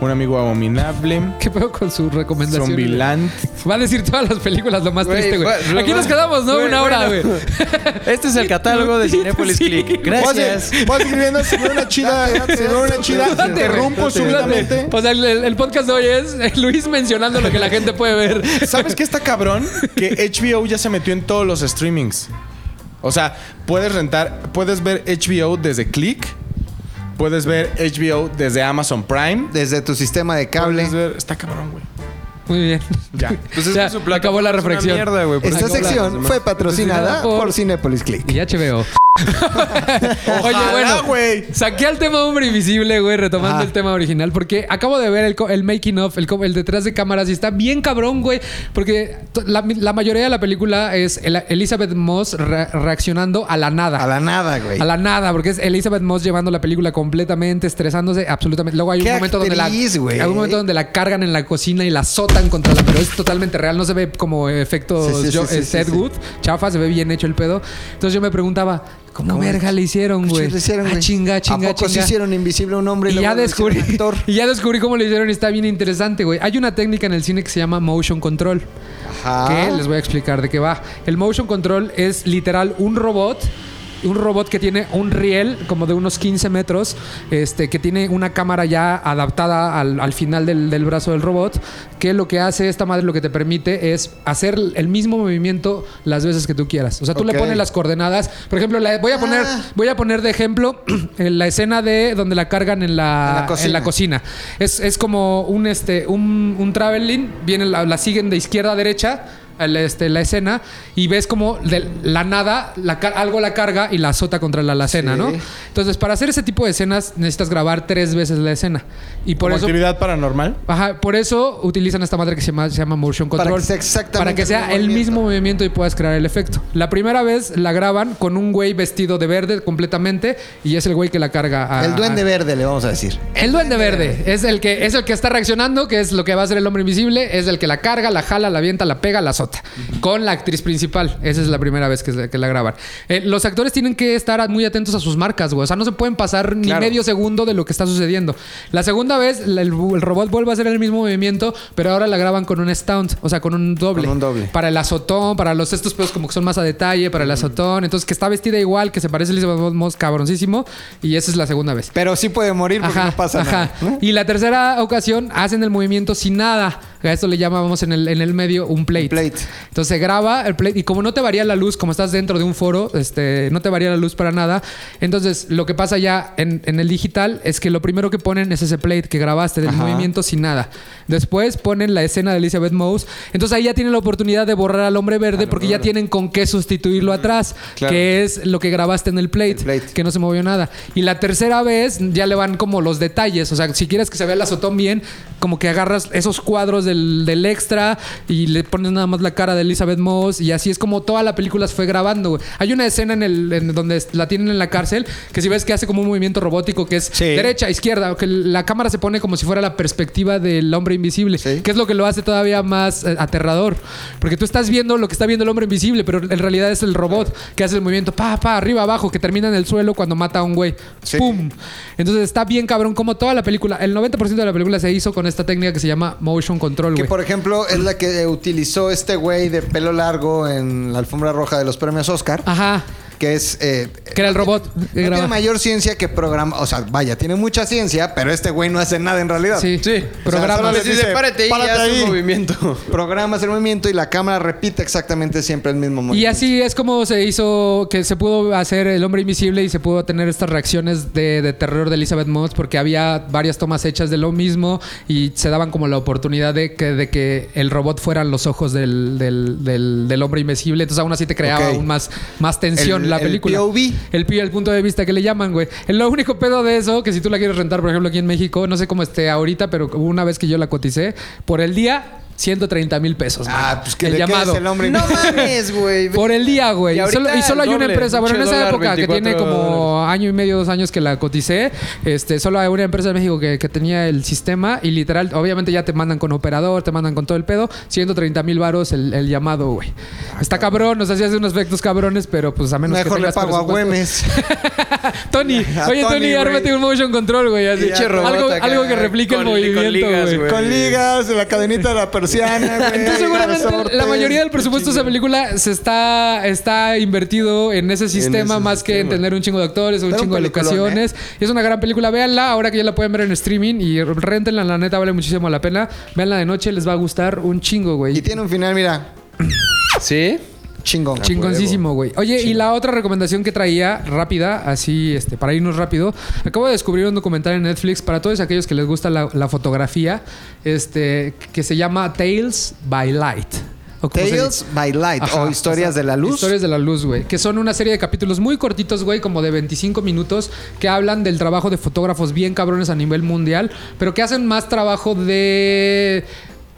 A: Un Amigo Abominable,
B: ¿Qué pedo con su recomendación?
A: Zombieland.
B: Va a decir todas las películas lo más
C: Güey,
B: triste, güey.
C: va-
B: Aquí
C: va-
B: nos quedamos, ¿no?
C: güey,
B: Una hora, güey.
C: bueno. Este es el catálogo de Cinepolis
B: Sí.
C: Click.
A: Gracias.
C: Gracias.
A: Vas
H: pues,
A: escribiendo si no una chida, si no una chida,
B: Date, güey.
A: interrumpo
B: Date.
A: súbitamente.
B: O sea, el, el podcast de hoy es eh, Luis mencionando lo que la gente puede ver.
A: ¿Sabes qué está cabrón? Que HBO ya se metió en todos los streamings. O sea, puedes rentar, puedes ver HBO desde Click, puedes ver HBO desde Amazon Prime.
H: Desde tu sistema de cable.
A: puedes ver- está cabrón, güey.
B: Muy bien.
A: Ya.
C: Pues es
B: Ya,
C: que su plataforma
B: acabó la
C: es una
B: reflexión.
C: mierda, güey, por
H: Esta
C: eso-
H: sección fue patrocinada
B: Patrocinada por-
H: por Cinepolis Click.
B: Y HBO. Oye, bueno,
A: güey.
B: saqué al tema Hombre Invisible, güey, retomando
H: Ajá.
B: el tema original, porque acabo de ver el, co- el making of, el, co- el detrás de cámaras, y está bien cabrón, güey, porque to- la, la mayoría de la película es el- Elizabeth Moss re- reaccionando a la nada.
H: A la nada, güey.
B: A la nada, porque es Elizabeth Moss llevando la película completamente, estresándose absolutamente. Luego hay un
H: ¡Qué
B: momento
H: actriz,
B: donde
H: güey!
B: la. Hay un momento donde la cargan en la cocina y la azotan contra la. Pero es totalmente real, no se ve como efectos
H: Sí, sí,
B: yo-
H: sí, sí,
B: eh,
H: sí,
B: Ed
H: sí.
B: Wood, chafa, se ve bien hecho el pedo. Entonces yo me preguntaba, ¿cómo
H: ¿Cómo
B: verga le hicieron,
H: ¿Qué
B: güey?
H: Pues le hicieron,
B: ah,
H: güey?
B: chinga, chinga,
H: ¿A poco sí
B: chinga.
H: hicieron invisible a un hombre y,
B: Y
H: luego
B: ya
H: lo hicieron
B: descubrí,
H: actor?
B: y ya descubrí cómo lo hicieron y está bien interesante, güey. Hay una técnica en el cine que se llama motion control.
H: Ajá.
B: que les voy a explicar de qué va. El motion control es literal un robot. Un robot que tiene un riel como de unos 15 metros, este, que tiene una cámara ya adaptada al, al final del, del brazo del robot, que lo que hace esta madre, lo que te permite es hacer el mismo movimiento las veces que tú quieras. O sea, tú le
H: Ok. Ah.
B: pones las coordenadas. Por ejemplo, la- voy, a poner, voy a poner de ejemplo en la escena de donde la cargan en la,
H: En la cocina.
B: en la cocina. Es, es como un, este, un, un traveling, viene la, la siguen de izquierda a derecha. el, este, la escena y ves como de la nada la car- algo la carga y la azota contra la alacena,
H: Sí.
B: ¿no? Entonces, para hacer ese tipo de escenas necesitas grabar tres veces la escena. Y por
A: ¿Como
B: eso
A: actividad paranormal?
B: Ajá, por eso utilizan esta madre que se llama, se llama Motion
H: Para
B: Control.
H: que sea exactamente
B: Para que
H: el
B: sea
H: mismo
B: el
H: movimiento.
B: mismo movimiento y puedas crear el efecto. La primera vez la graban con un güey vestido de verde completamente y es el güey que la carga a-
D: El duende
B: a-
D: verde, le vamos a decir.
B: el duende verde es el que es el que está reaccionando, que es lo que va a hacer el hombre invisible, es el que la carga, la jala, la avienta, la pega, la azota. Con la actriz principal. Esa es la primera vez que, se- que la graban. Eh, los actores tienen que estar muy atentos a sus marcas, güey. O sea, no se pueden pasar ni
C: Claro.
B: medio segundo de lo que está sucediendo. La segunda vez, la- el, el robot vuelve a hacer el mismo movimiento, pero ahora la graban con un stunt, o sea, con un doble.
H: Con un doble.
B: Para el azotón, para los estos pedos como que son más a detalle, para el azotón. Entonces, que está vestida igual, que se parece a Elizabeth Moss cabroncísimo. Y esa es la segunda vez.
H: Pero sí puede morir porque no pasa nada. ¿no?
B: Y la tercera ocasión hacen el movimiento sin nada. A esto le llamábamos en el, en el medio un plate.
H: Un plate.
B: Entonces se graba el plate y como no te varía la luz, como estás dentro de un foro, este, no te varía la luz para nada. Entonces lo que pasa ya en, en el digital es que lo primero que ponen es ese plate que grabaste del movimiento sin nada. Después ponen la escena de Elizabeth Mouse. Entonces ahí ya tienen la oportunidad de borrar al hombre verde porque ya tienen con qué sustituirlo atrás,
C: Claro.
B: que es lo que grabaste en el plate,
H: plate.
B: que no se movió nada. Y la tercera vez ya le van como los detalles. O sea, si quieres que se vea el azotón bien, como que agarras esos cuadros del, del extra y le pones nada más la cara de Elizabeth Moss. Y así es como toda la película se fue grabando. güey. Hay una escena en el en donde la tienen en la cárcel que si ves que hace como un movimiento robótico que es
H: Sí.
B: derecha, izquierda, que la cámara se pone como si fuera la perspectiva del hombre invisible,
H: Sí.
B: que es lo que lo hace todavía más eh, aterrador. Porque tú estás viendo lo que está viendo el hombre invisible, pero en realidad es el robot que hace el movimiento pa, pa, arriba, abajo, que termina en el suelo cuando mata a un güey.
H: Sí.
B: ¡Pum! Entonces está bien cabrón como toda la película, el 90% de la película se hizo con esta técnica que se llama motion control,
H: Que
B: güey.
H: por ejemplo es la que utilizó este güey de pelo largo en la alfombra roja de los premios Oscar.
B: Ajá.
H: Que es. eh,
B: Que era el robot. que
H: no tiene
B: Ah. graba.
H: mayor ciencia que programa. O sea, vaya, tiene mucha ciencia, pero este güey no hace nada en realidad.
B: Sí.
C: Sí.
H: solo
B: Programa.
H: les
C: Les
H: Este,
C: dice,
H: dice,
C: párate ahí
H: "Párate
C: y haz
H: ahí".
C: un movimiento.
H: Programas el movimiento y la cámara repite exactamente siempre el mismo movimiento.
B: Y así es como se hizo, que se pudo hacer el hombre invisible y se pudo tener estas reacciones de, de terror de Elizabeth Moss porque había varias tomas hechas de lo mismo y se daban como la oportunidad de que, de que el robot fueran los ojos del, del- del- del hombre invisible. Entonces aún así te creaba
H: Ok.
B: aún más, más tensión
H: El-
B: la
H: el
B: película.
H: POV.
B: El, pi- el punto de vista que le llaman, güey. El lo único pedo de eso, que si tú la quieres rentar, por ejemplo, aquí en México, no sé cómo esté ahorita, pero hubo una vez que yo la coticé, por el día... 130 mil pesos.
H: Ah,
B: mano.
H: pues que le quedes el hombre
D: No mames, güey.
B: Por el día, güey.
C: Y
B: Y,
C: ahorita
B: solo, y solo
C: el
B: hay una
C: doble,
B: empresa. Bueno, en
C: pinche
B: esa
C: dólar,
B: época que tiene
C: 24
B: como año y medio, dos años que la coticé, este, solo hay una empresa en México que, que tenía el sistema y literal, obviamente ya te mandan con operador, te mandan con todo el pedo. 130 mil varos el, el llamado, güey. Está cabrón, nos hacías unos efectos cabrones, pero pues a menos que
H: Mejor le
B: tengas
H: pago a
B: presupuesto.
H: Güemes.
B: Tony,
H: A Tony,
B: oye, Tony,
H: güey.
B: ármate un motion control, güey. así.
C: Pinche robot
B: Algo,
C: acá,
B: algo que replique el
C: con- con
B: movimiento,
C: ligas,
B: güey.
C: güey.
H: Con ligas, la cadenita de la persiana, güey.
B: Entonces, seguramente
H: resortes.
B: la mayoría del presupuesto de esa película se está, está invertido en ese sistema
C: ese
B: más que en
C: sistema.
B: tener un chingo de actores, un
H: Pero un
B: chingo de
H: peliculón, ¿eh?
B: locaciones. Es una gran película, véanla ahora que ya la pueden ver en streaming y rentenla, la neta vale muchísimo la pena. Véanla de noche, les va a gustar un chingo,
H: Y
B: güey.
H: tiene un final, mira,
C: ¿Sí?
H: chingón.
B: Chingoncísimo, güey. Oye, y la otra recomendación que traía, rápida, así, este, para irnos rápido. Acabo de descubrir un documental en Netflix para todos aquellos que les gusta la, la fotografía, este, que se llama Tales by Light. ¿O cómo se dice?
H: Tales by Light
B: Ajá,
H: o Historias
B: o sea,
H: de la Luz.
B: Historias de la luz, güey. Que son una serie de capítulos muy cortitos, güey, como de 25 minutos, que hablan del trabajo de fotógrafos bien cabrones a nivel mundial, pero que hacen más trabajo de.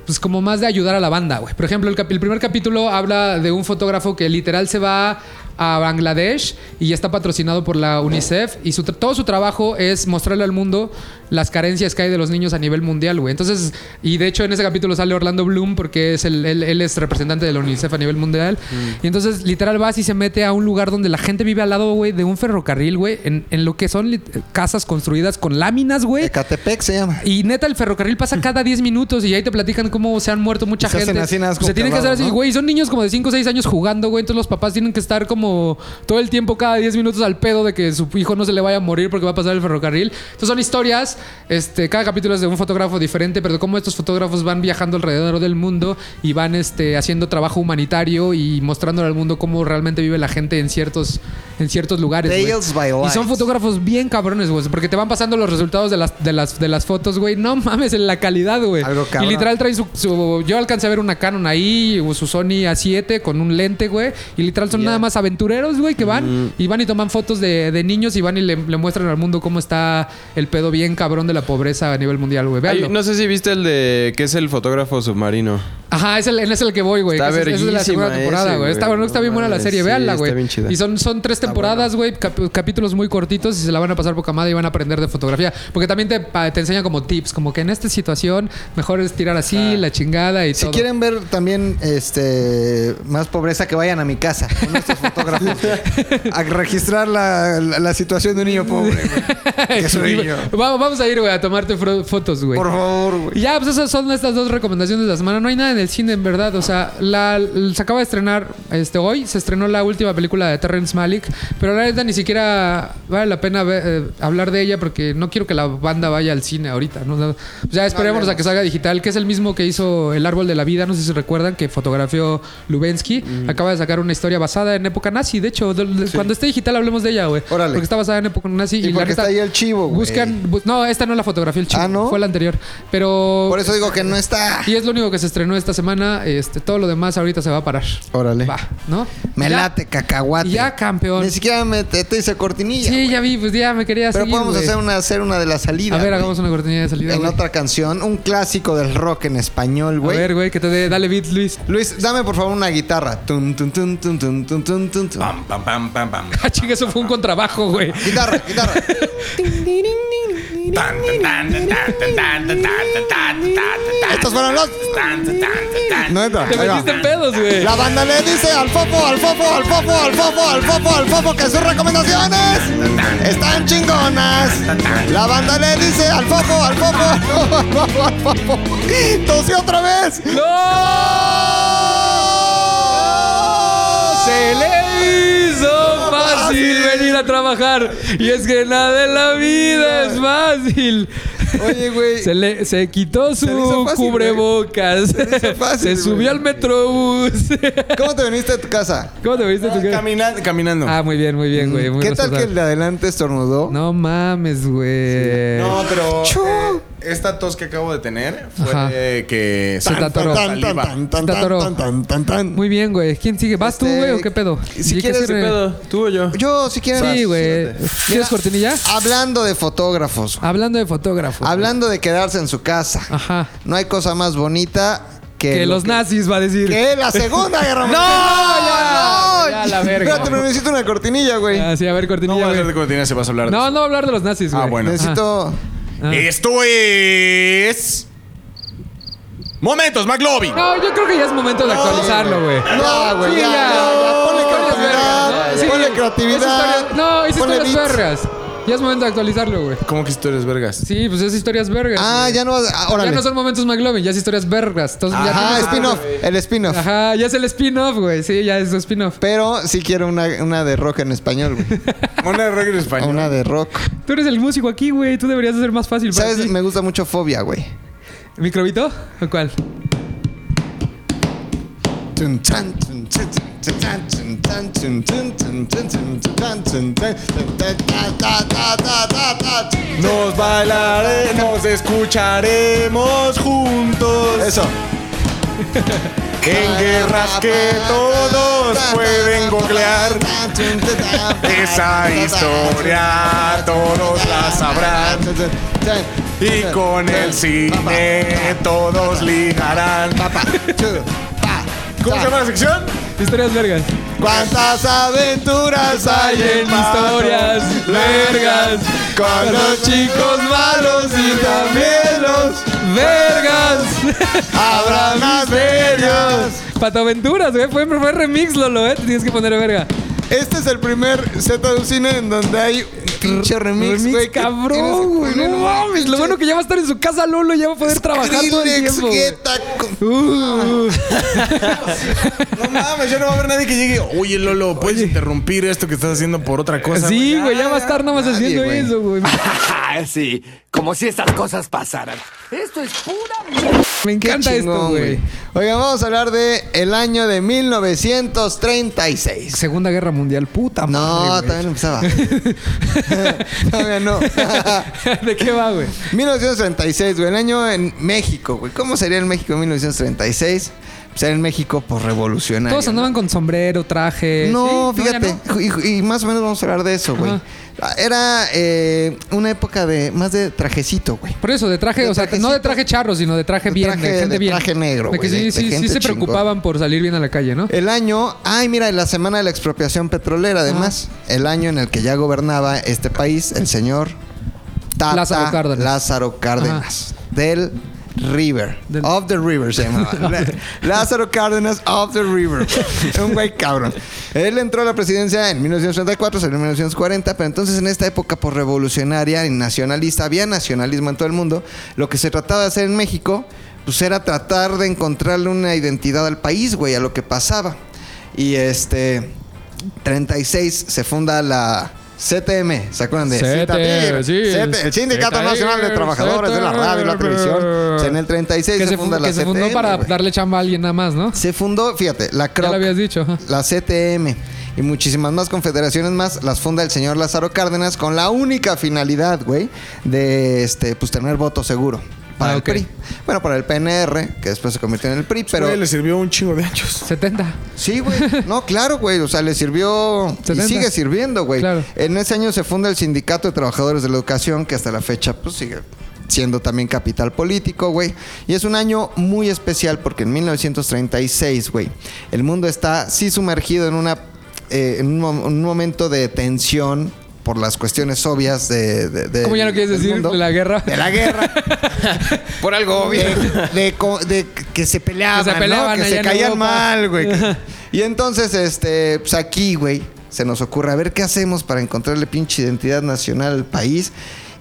B: Pues como más de ayudar a la banda, güey. Por ejemplo, el, cap- el primer capítulo habla de un fotógrafo que literal se va a Bangladesh y está patrocinado por la UNICEF. Y su tra- todo su trabajo es mostrarle al mundo las carencias que hay de los niños a nivel mundial, güey. Entonces, y de hecho en ese capítulo sale Orlando Bloom porque es el, él, él es representante de la UNICEF a nivel mundial. Y entonces, literal, vas y se mete a un lugar donde la gente vive al lado, güey, de un ferrocarril, güey, en, en lo que son lit- casas construidas con láminas, güey.
D: Ecatepec se llama.
B: Y neta, el ferrocarril pasa cada 10 minutos y ahí te platican cómo se han muerto mucha
D: Y se hacen
B: gente.
D: así, nada más
B: Pues se
D: como
B: tienen que hacer
D: clavado,
B: así,
D: ¿no?
B: güey. y Son niños como de 5 o 6 años jugando, güey. Entonces los papás tienen que estar como todo el tiempo, cada 10 minutos al pedo de que su hijo no se le vaya a morir porque va a pasar el ferrocarril. Entonces son historias. Este, cada capítulo es de un fotógrafo diferente, pero cómo estos fotógrafos van viajando alrededor del mundo y van este, haciendo trabajo humanitario y mostrándole al mundo cómo realmente vive la gente en ciertos, en ciertos lugares. güey.
D: Tales by
B: Y son
D: Lights.
B: fotógrafos bien cabrones, güey. Porque te van pasando los resultados de las, de las, de las fotos, güey. No mames, en la calidad, güey.
D: Algo cabrón.
B: Y literal traen su, su- Yo alcancé a ver una Canon ahí, o su Sony A7 con un lente, güey. Y literal son nada más aventureros, güey, que van y van y toman fotos de, de niños y van y le, le muestran al mundo cómo está el pedo bien cabrón de la pobreza a nivel mundial, güey.
C: Ay,
B: Véanlo.
C: no sé si viste el de que es el fotógrafo submarino.
B: Ajá, es el, es el que voy, güey.
C: Está
B: Esa es- esa es la
C: verguísima
B: segunda temporada,
C: ese,
B: güey.
C: güey.
B: Está bueno, está bien
C: No
B: buena la
C: mames,
B: serie,
C: sí,
B: véanla,
C: está
B: güey.
C: bien chida.
B: Y son, son tres temporadas, güey, cap- capítulos muy cortitos y se la van a pasar poca madre y van a aprender de fotografía. Porque también te, pa- te enseña como tips, como que en esta situación mejor es tirar así, la chingada y
D: Si
B: todo.
D: quieren ver también este más pobreza, que vayan a mi casa con estos fotógrafos a registrar la, la- la situación de un niño pobre. güey. Que soy niño.
B: vamos, vamos a ir, güey, a tomarte fro- fotos, güey.
D: Por favor, güey.
B: Y ya, pues esas son estas dos recomendaciones de la semana. No hay nada en el cine, en verdad. O sea, la, l- se acaba de estrenar este, hoy. Se estrenó la última película de Terrence Malick. Pero la neta ni siquiera vale la pena ve- eh, hablar de ella porque no quiero que la banda vaya al cine ahorita. ¿no? No, pues ya esperemos a que salga digital, que es el mismo que hizo El Árbol de la Vida. No sé si recuerdan que fotografió Lubensky.
D: Mm.
B: Acaba de sacar una historia basada en época nazi. De hecho, de- de- cuando esté digital hablemos de ella, güey.
D: Órale.
B: Porque está basada en época nazi.
D: Y
B: la
D: porque
B: neta-
D: está ahí el chivo, güey.
B: Buscan. bu- no, esta no la fotografió el chico.
D: Ah, ¿no?
B: Fue la anterior. Pero.
D: Por eso digo que no está.
B: Y es lo único que se estrenó esta semana. Este, todo lo demás ahorita se va a parar.
D: Órale.
B: Va, ¿no?
D: Me
B: Ya.
D: late, cacahuate.
B: Y ya, campeón.
D: Ni siquiera me te, te hice cortinilla.
B: Sí,
D: güey.
B: ya vi, pues ya me quería
D: Pero
B: seguir,
D: podemos
B: güey.
D: hacer una, hacer una de las
B: A
D: salidas.
B: ver,
D: güey.
B: hagamos una cortinilla de salida.
D: En
B: güey.
D: otra canción, un clásico del rock en español,
B: a
D: güey.
B: ver, güey, que te dé. Dale beat, Luis.
D: Luis, dame por favor una guitarra. Tum, tum, tum, tum, tum, tum, tum, tum, tum.
A: Pam, pam, pam, pam, pam.
B: Ah, chinga, eso fue un contrabajo, güey.
D: Guitarra, guitarra.
A: Tan, tan, tan, tan, tan, tan, tan, tan, tan, tan, tan,
D: Estos fueron los.
A: tan, tan, tan, tan.
D: No entra.
B: Te
D: ahí va.
B: metiste en pedos, güey.
D: La banda le dice al fofo, al fofo, al fofo, al fofo, al fofo, al fofo que sus recomendaciones están chingonas. La banda le dice al fofo, al fofo, al fofo, al fofo, al fofo. Tosió otra vez. ¡Oh!
B: ¡No! Se le hizo fácil venir a trabajar. Y es que nada en la vida es fácil.
D: Oye, güey.
B: Se, le, se quitó su
D: le hizo fácil,
B: cubrebocas. Se,
D: hizo fácil,
B: subió
D: güey.
B: al metrobús.
D: ¿Cómo te viniste a tu casa?
B: ¿Cómo te viste tu cara?
A: Caminando, caminando.
B: Ah, muy bien, muy bien, güey. muy
D: ¿Qué tal que el
B: responsable.
D: de adelante estornudó?
B: No mames, güey.
A: No, pero
D: Chu.
A: eh, esta tos que acabo de tener fue
B: Ajá.
A: eh, que
B: Se te atoró.
D: Tan, tan,
A: saliva.
D: tan, tan,
B: Se te atoró.
D: tan, tan, tan, tan.
B: Muy bien, güey. ¿Quién sigue? ¿Vas tú,
D: Este,
B: güey, o qué pedo?
D: si
B: Di que
D: quieres,
C: ¿Qué
B: cierre.
C: pedo? ¿Tú o yo?
D: Yo, si quieres.
B: Sí, güey. ¿Quieres cortinilla?
D: Ah. Hablando de fotógrafos,
B: Hablando de fotógrafos. pues, güey.
D: hablando de quedarse en su casa.
B: Ajá.
D: No hay cosa más bonita que,
B: Que
D: lo
B: los nazis va a decir.
D: que la Segunda Guerra Mundial.
B: ya, ya, la verga.
D: Espérate, pero necesito una cortinilla, güey.
B: Ah, sí, a ver,
A: No voy
B: cortinilla,
A: a hablar
B: güey.
A: de cortina, se vas a hablar de-
B: No, no va a hablar de los nazis, güey.
A: Ah, bueno.
D: necesito.
B: Ah.
A: Esto es. Momentos, McLovin.
B: No, yo creo que ya es momento de actualizarlo, güey.
D: No, güey.
B: Sí,
D: ya,
B: ya.
D: ya, Ponle
B: Ponle las
D: creatividad.
B: vergas, ¿no? Sí. Es historia- No,
D: Ponle creatividad.
B: es
D: ponle
B: historias
D: beats.
B: vergas. Ya es momento de actualizarlo, güey.
A: ¿Cómo que si tú eres vergas?
B: Sí, pues es historias vergas.
D: Ah,
B: güey.
D: ya no vas. ah, órale.
B: Ya no son momentos McLovin, ya es historias vergas. Entonces, ya
D: Ajá,
B: tienes-
D: spin-off. El spin-off.
B: Ajá, ya es el spin-off, güey. Sí, ya es un spin-off.
D: Pero sí quiero una, una de rock en español, güey.
A: Una de reggae en
D: O
A: español.
D: Una de rock.
B: Tú eres el músico aquí, güey. Tú deberías hacer más fácil. para
D: ¿Sabes?
B: ti.
D: Me gusta mucho Fobia, güey.
B: ¿Microbito? ¿O cuál?
D: Tun, tan, tun, tun, tun, tan, tun, tan, tun, tun, tun, tun, tun, tan, tun, tan, tun, tan, ta, ta, ta, ta, ta, ta, ta.
A: Nos bailaremos, escucharemos juntos.
D: Eso.
A: En guerras que todos pueden googlear. Esa historia todos la sabrán. Y con el cine todos ligarán. ¿Cómo se llama la sección?
B: Historias vergas.
D: Cuántas aventuras hay en historias vergas. Con los chicos malos y también los
B: ¡Vergas!
D: habrá más bellos.
B: Patoventuras, güey. Fue, fue remix, Lolo, ¿eh? Te tienes que poner verga.
D: Este es el primer Z de cine en donde hay pinche remix,
B: remix,
D: güey. que tienes que
B: cabrón, güey.
D: poner
B: No
D: un
B: mames. Lo
D: pinche
B: bueno que ya va a estar en su casa, Lolo, y ya va a poder trabajar todo el
D: Skrillex,
B: tiempo. güey.
D: Guetta, con-
B: Uh,
A: No mames, yo no va a haber nadie que llegue. Oye, Lolo, ¿puedes interrumpir esto que estás haciendo por otra cosa?
B: sí, güey, ya va a estar nada más
D: pues, nadie,
B: haciendo
D: güey.
B: eso, güey.
I: Ah, sí, como si estas cosas pasaran. Esto es pura mierda.
B: Me
D: Qué
B: encanta esto,
D: chingón,
B: güey.
D: Oigan, vamos a hablar de el año de 1936.
B: Segunda Guerra Mundial, puta madre.
D: No,
B: güey.
D: todavía no empezaba. todavía no.
B: ¿De qué va, güey?
D: 1936, güey. El año en México, güey. ¿Cómo sería el México en 1936? Pues era el México por revolucionario.
B: Todos andaban con sombrero, traje.
D: No,
B: Sí,
D: fíjate,
B: ya no.
D: Y, y más o menos vamos a hablar de eso, güey.
B: Ajá.
D: Era eh, una época de más de trajecito, güey.
B: Por eso, de traje,
D: De
B: o sea,
D: trajecito.
B: no de traje charro, sino de traje
D: De
B: bien,
D: traje-
B: de gente
D: de
B: bien.
D: traje negro,
B: De que
D: güey, de-
B: sí,
D: de
B: sí, sí
D: gente
B: se
D: chingona.
B: preocupaban por salir bien a la calle, ¿no?
D: El año, ay mira, la semana de la expropiación petrolera, además,
B: Ah.
D: el año en el que ya gobernaba este país el señor Tata
B: Lázaro Cárdenas.
D: Lázaro Cárdenas, del River,
B: Del-
D: of the River se llamaba. La- Lázaro Cárdenas of the River, un güey cabrón. Él entró a la presidencia en 1934, salió en 1940, pero entonces en esta época por revolucionaria y nacionalista había nacionalismo en todo el mundo. Lo que se trataba de hacer en México pues era tratar de encontrarle una identidad al país, güey, a lo que pasaba. Y este 36 se funda la CTM, ¿se acuerdan de
B: CTM, sí.
D: CTM, el Sindicato
B: CTM,
D: Nacional de Trabajadores de la Radio y la Televisión. O sea, en el 36
B: que
D: se,
B: se,
D: funda
B: fu-
D: la
B: que se
D: CTM.
B: fundó para
D: güey.
B: darle chamba a alguien nada más, ¿no?
D: Se fundó, fíjate, la
B: Ya lo habías
D: CROC,
B: dicho. ajá.
D: la CTM y muchísimas más confederaciones más las funda el señor Lázaro Cárdenas con la única finalidad, güey, de este pues tener voto seguro para
B: Ah,
D: el
B: ok.
D: PRI. Bueno, para el PNR, que después se convirtió en el PRI, pero
A: Pero le sirvió un chingo de años.
B: 70.
D: Sí, güey. No, claro, güey. O sea, le sirvió y
B: 70.
D: sigue sirviendo, güey.
B: Claro.
D: En ese año se funda el Sindicato de Trabajadores de la Educación, que hasta la fecha, pues sigue siendo también capital político, güey. Y es un año muy especial porque en 1936, güey, el mundo está sí sumergido en una eh, en un, mom- un momento de tensión por las cuestiones obvias de, de- de-
B: ¿Cómo ya no quieres
D: del
B: decir
D: mundo.
B: la guerra?
D: De la guerra. Por algo obvio. De, de co- de que se peleaban,
B: Que se
D: ¿no?
B: peleaban
D: Que
B: allá
D: se
B: en
D: caían
B: Europa.
D: mal, güey. Que- y entonces, este, pues aquí, güey, se nos ocurre a ver qué hacemos para encontrarle pinche identidad nacional al país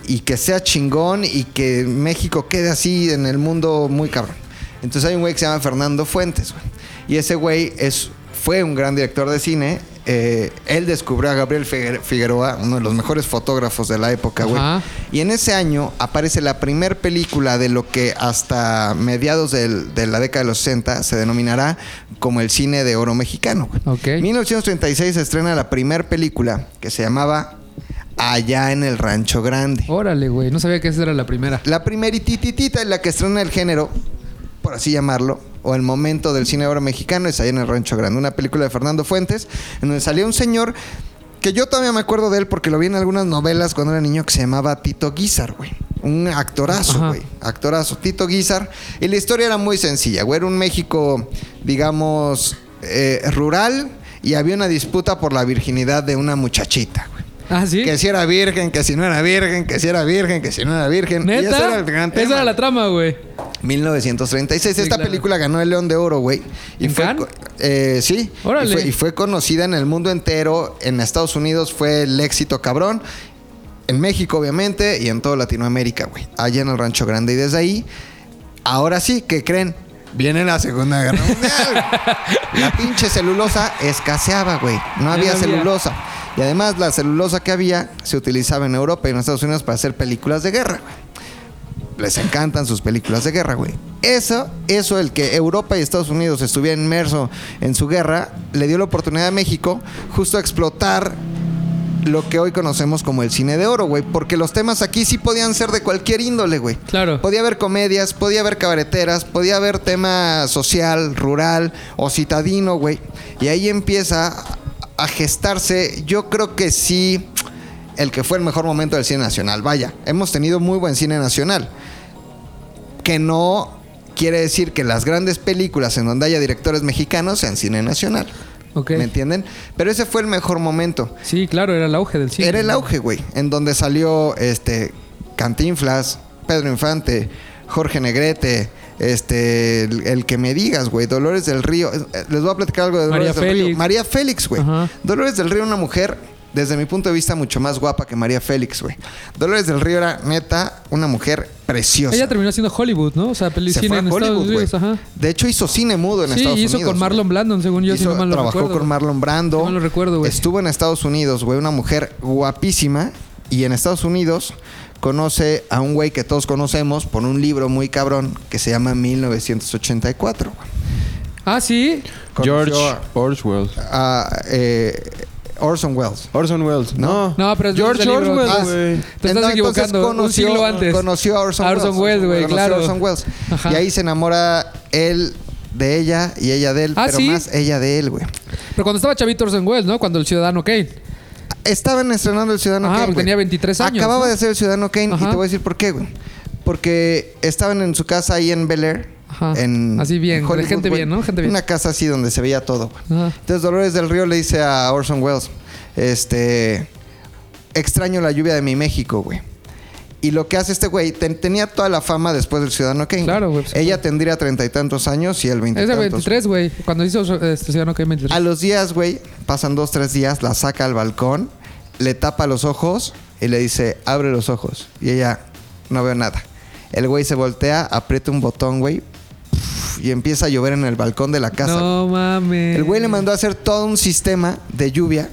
D: y que sea chingón y que México quede así en el mundo muy cabrón. Entonces hay un güey que se llama Fernando Fuentes, güey. Y ese güey es, fue un gran director de cine. Eh, él descubrió a Gabriel Figue- Figueroa, uno de los mejores fotógrafos de la época, güey.
B: Ajá.
D: Y en ese año aparece la primer película de lo que hasta mediados del- de la década de los 60 se denominará como el cine de oro mexicano. güey.
B: Ok.
D: 1936 se estrena la primer película que se llamaba Allá en el Rancho Grande.
B: Órale, güey. No sabía que esa era la primera.
D: La primeritititita en la que estrena el género, por así llamarlo, o el momento del cine oro mexicano es allá en el Rancho Grande, una película de Fernando Fuentes, en donde salía un señor que yo todavía me acuerdo de él porque lo vi en algunas novelas cuando era niño que se llamaba Tito Guizar, güey. Un actorazo,
B: Ajá.
D: güey. Actorazo, Tito Guizar. Y la historia era muy sencilla, güey. Era un México, digamos, eh, rural y había una disputa por la virginidad de una muchachita, güey.
B: Ah, sí.
D: Que si era virgen, que si no era virgen, que si era virgen, que si no era virgen. Y ese
B: Neta.
D: era el gran
B: esa
D: tema.
B: era la trama, güey.
D: 1936.
B: Sí,
D: Esta
B: claro.
D: película ganó el León de Oro, güey. Y
B: ¿En
D: fue
B: Cannes?
D: co- eh, sí.
B: Órale.
D: Y fue, y fue conocida en el mundo entero. En Estados Unidos fue el éxito cabrón. En México, obviamente, y en toda Latinoamérica, güey. Allá en el Rancho Grande. Y desde ahí, ahora sí, ¿qué creen? Viene la Segunda Guerra Mundial. la pinche celulosa escaseaba, güey. No había
B: había.
D: celulosa. Y además, la celulosa que había se utilizaba en Europa y en Estados Unidos para hacer películas de guerra, güey les encantan sus películas de guerra, güey. Eso, eso, el que Europa y Estados Unidos estuvieran inmerso en su guerra, le dio la oportunidad a México justo a explotar lo que hoy conocemos como el cine de oro, güey. Porque los temas aquí sí podían ser de cualquier índole, güey.
B: Claro.
D: Podía haber comedias, podía haber cabareteras, podía haber tema social, rural o citadino, güey. Y ahí empieza a gestarse, yo creo que sí, el que fue el mejor momento del cine nacional. Vaya, hemos tenido muy buen cine nacional. Que no quiere decir que las grandes películas en donde haya directores mexicanos sean cine nacional.
B: Ok.
D: ¿Me entienden? Pero ese fue el mejor momento.
B: Sí, claro, era el auge del cine.
D: Era el auge, güey. En donde salió este Cantinflas, Pedro Infante, Jorge Negrete, este el, el que me digas, güey, Dolores del Río. Eh, eh, Les voy a platicar algo de Dolores
B: María
D: del Río.
B: Félix.
D: María Félix, güey.
B: Ajá.
D: Dolores del Río, una mujer, desde mi punto de vista, mucho más guapa que María Félix, güey. Dolores del Río era neta una mujer preciosa.
B: Ella terminó haciendo Hollywood, ¿no? O sea, peli
D: Se
B: cine
D: fue a
B: en
D: Hollywood,
B: Estados
D: güey.
B: Unidos, ajá.
D: De hecho, hizo cine mudo en
B: Sí,
D: Estados Unidos.
B: hizo con Marlon
D: güey.
B: Blando, según yo, si
D: Hizo-
B: no mal lo
D: trabajó
B: recuerdo.
D: con Marlon Brando.
B: Si no mal lo recuerdo, güey.
D: Estuvo en Estados Unidos, güey. Una mujer guapísima. Y en Estados Unidos conoce a un güey que todos conocemos por un libro muy cabrón que se llama 1984. güey.
B: Ah, sí.
C: George
D: Conoció
C: Orwell.
D: a, eh, Orson Welles.
C: Orson Welles. No.
B: No, pero es
C: George
B: del libro.
C: Orwell,
B: Ah,
C: güey.
B: Te estás
D: Entonces,
B: equivocando.
D: conoció-
B: un siglo antes.
D: Conoció a Orson,
B: A Orson Welles, güey,
D: Conoció
B: claro.
D: a Orson Welles.
B: Ajá.
D: Y ahí se enamora él de ella y ella de él.
B: Ah,
D: pero
B: ¿sí?
D: más ella de él, güey.
B: Pero cuando estaba Chavito Orson Welles, ¿no? Cuando el ciudadano Kane.
D: Estaban estrenando El Ciudadano
B: Ajá,
D: Kane.
B: porque
D: güey.
B: Ah, tenía 23 años,
D: Acababa
B: ¿no?
D: de hacer El Ciudadano Kane y
B: Ajá.
D: te voy a decir por qué, güey. Porque estaban en su casa ahí en Bel Air.
B: Ajá.
D: En,
B: Así bien,
D: en
B: de gente
D: güey.
B: bien, ¿no? Gente bien.
D: Una casa así donde se veía todo, güey.
B: Ajá.
D: Entonces Dolores del Río le dice a Orson Welles: Este. Extraño la lluvia de mi México, güey. Y lo que hace este güey, ten- tenía toda la fama después del Ciudadano Kane.
B: Claro, güey, pues,
D: Ella tendría treinta y tantos años y él
B: Es de
D: veintitantos.
B: 23, güey. Cuando hizo eh, este ciudadano Kane, 23.
D: A los días, güey, pasan dos, tres días, la saca al balcón, le tapa los ojos y le dice, abre los ojos. Y ella, no veo nada. El güey se voltea, aprieta un botón, güey, pf, y empieza a llover en el balcón de la casa.
B: No mames.
D: El güey le mandó a hacer todo un sistema de lluvia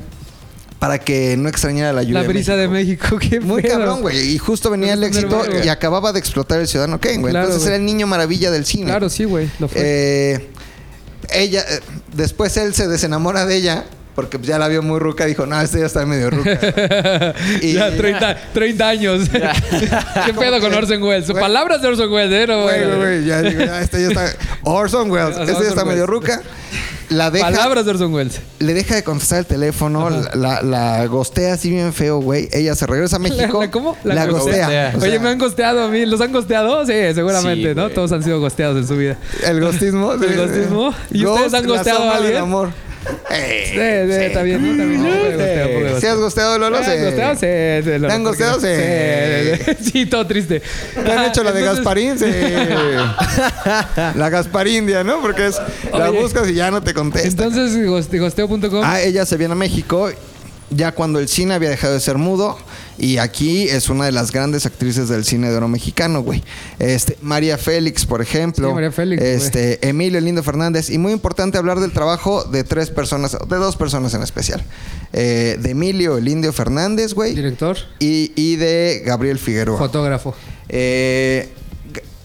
D: para que no extrañara la lluvia.
B: La
D: de
B: brisa de México, qué
D: muy
B: pedo.
D: cabrón, güey. Y justo venía el
B: Está
D: éxito
B: nervioso, güey.
D: y acababa de explotar el Ciudadano Kane, güey.
B: Claro,
D: Entonces
B: güey.
D: era el niño maravilla del cine.
B: Claro, sí, güey. Lo fue.
D: Eh, ella, eh, después él se desenamora de ella porque ya la vio muy ruca. Dijo, no, este ya está medio ruca. y-
B: ya, 30, 30 años. ¿Qué pedo con
D: que-
B: Orson Welles?
D: güey.
B: Palabras de Orson Welles, ¿eh? No,
D: Güey, güey,
B: güey.
D: güey, ya, digo, ya, este ya está. Orson Welles, este ya
B: Orson
D: está medio
B: Welles.
D: ruca. La deja,
B: Palabras de Orson Welles.
D: le deja de contestar el teléfono, la, la, la gostea así bien feo, güey. Ella se regresa a México.
B: la cómo?
D: La,
B: La
D: gostea.
C: gostea.
D: O sea,
B: Oye, me han gosteado a mí. ¿Los han gosteado? Sí, seguramente,
C: Sí,
B: ¿no?
C: güey.
B: Todos han sido gosteados en su vida.
D: El gostismo.
B: ¿El gostismo? ¿Y ustedes han
D: la
B: gosteado a
D: sombra del
B: alguien?
D: amor.
B: Sí, sí, está bien, ¿no? Está bien. Un poco de gosteo, un poco de
D: ¿Sí
B: gosteo.
D: has gosteado, Lolo?
B: ¿Te han gosteado? Ah, Sí, sí, lo
D: ¿Te
B: recuerdo.
D: han gosteado? Sí.
B: Sí, sí, sí, todo triste.
D: ¿Te han hecho la de
B: Ah, Entonces,
D: Gasparín? Sí. la Gasparindia, ¿no? Porque es la
B: Oye.
D: buscas y ya no te contesta.
B: Entonces, goste- gosteo.com.
D: ah, ella se viene a México ya cuando el cine había dejado de ser mudo y aquí es una de las grandes actrices del cine de oro mexicano, güey. Este, María Félix, por ejemplo.
B: Sí, María Félix, güey.
D: Este, Emilio Lindo Fernández y muy importante hablar del trabajo de tres personas, de dos personas en especial. Eh, de Emilio el Indio Fernández, güey,
B: Director,
D: y, y de Gabriel Figueroa.
B: fotógrafo.
D: Eh,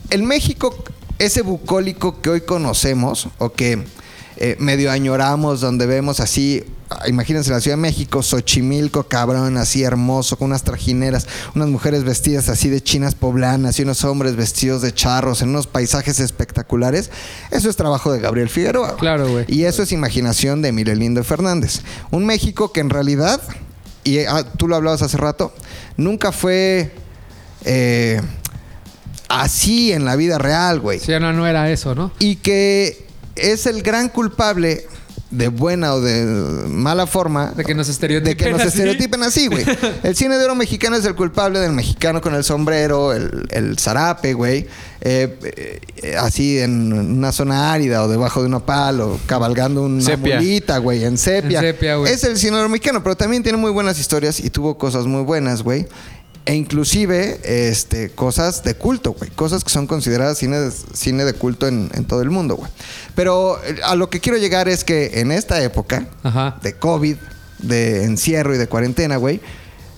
D: el México, ese bucólico que hoy conocemos o que eh, medio añoramos, donde vemos así, ah, imagínense la Ciudad de México, Xochimilco, cabrón, así hermoso, con unas trajineras, unas mujeres vestidas así de chinas poblanas y unos hombres vestidos de charros en unos paisajes espectaculares. Eso es trabajo de Gabriel Figueroa. güey.
B: Claro, güey.
D: Y eso es imaginación de Emilio Lindo Fernández. Un México que en realidad, y eh, ah, tú lo hablabas hace rato, nunca fue eh, así en la vida real, güey.
B: Sí, no, no era eso, ¿no?
D: Y que es el gran culpable de buena o de mala forma.
B: De que nos
D: de
B: estereotipen.
D: que nos
B: así.
D: estereotipen así, güey. El cine de oro mexicano es el culpable del mexicano con el sombrero, el, el zarape, güey. Eh, eh, eh, así en una zona árida o debajo de una pala o cabalgando una
C: Sepia.
D: mulita, güey, en sepia.
B: En sepia, güey.
D: Es el cine de oro mexicano, pero también tiene muy buenas historias y tuvo cosas muy buenas, güey. E inclusive este, cosas de culto, güey. Cosas que son consideradas cine de, cine de culto en, en todo el mundo, güey. Pero eh, a lo que quiero llegar es que en esta época,
B: Ajá.
D: de COVID, de encierro y de cuarentena, güey,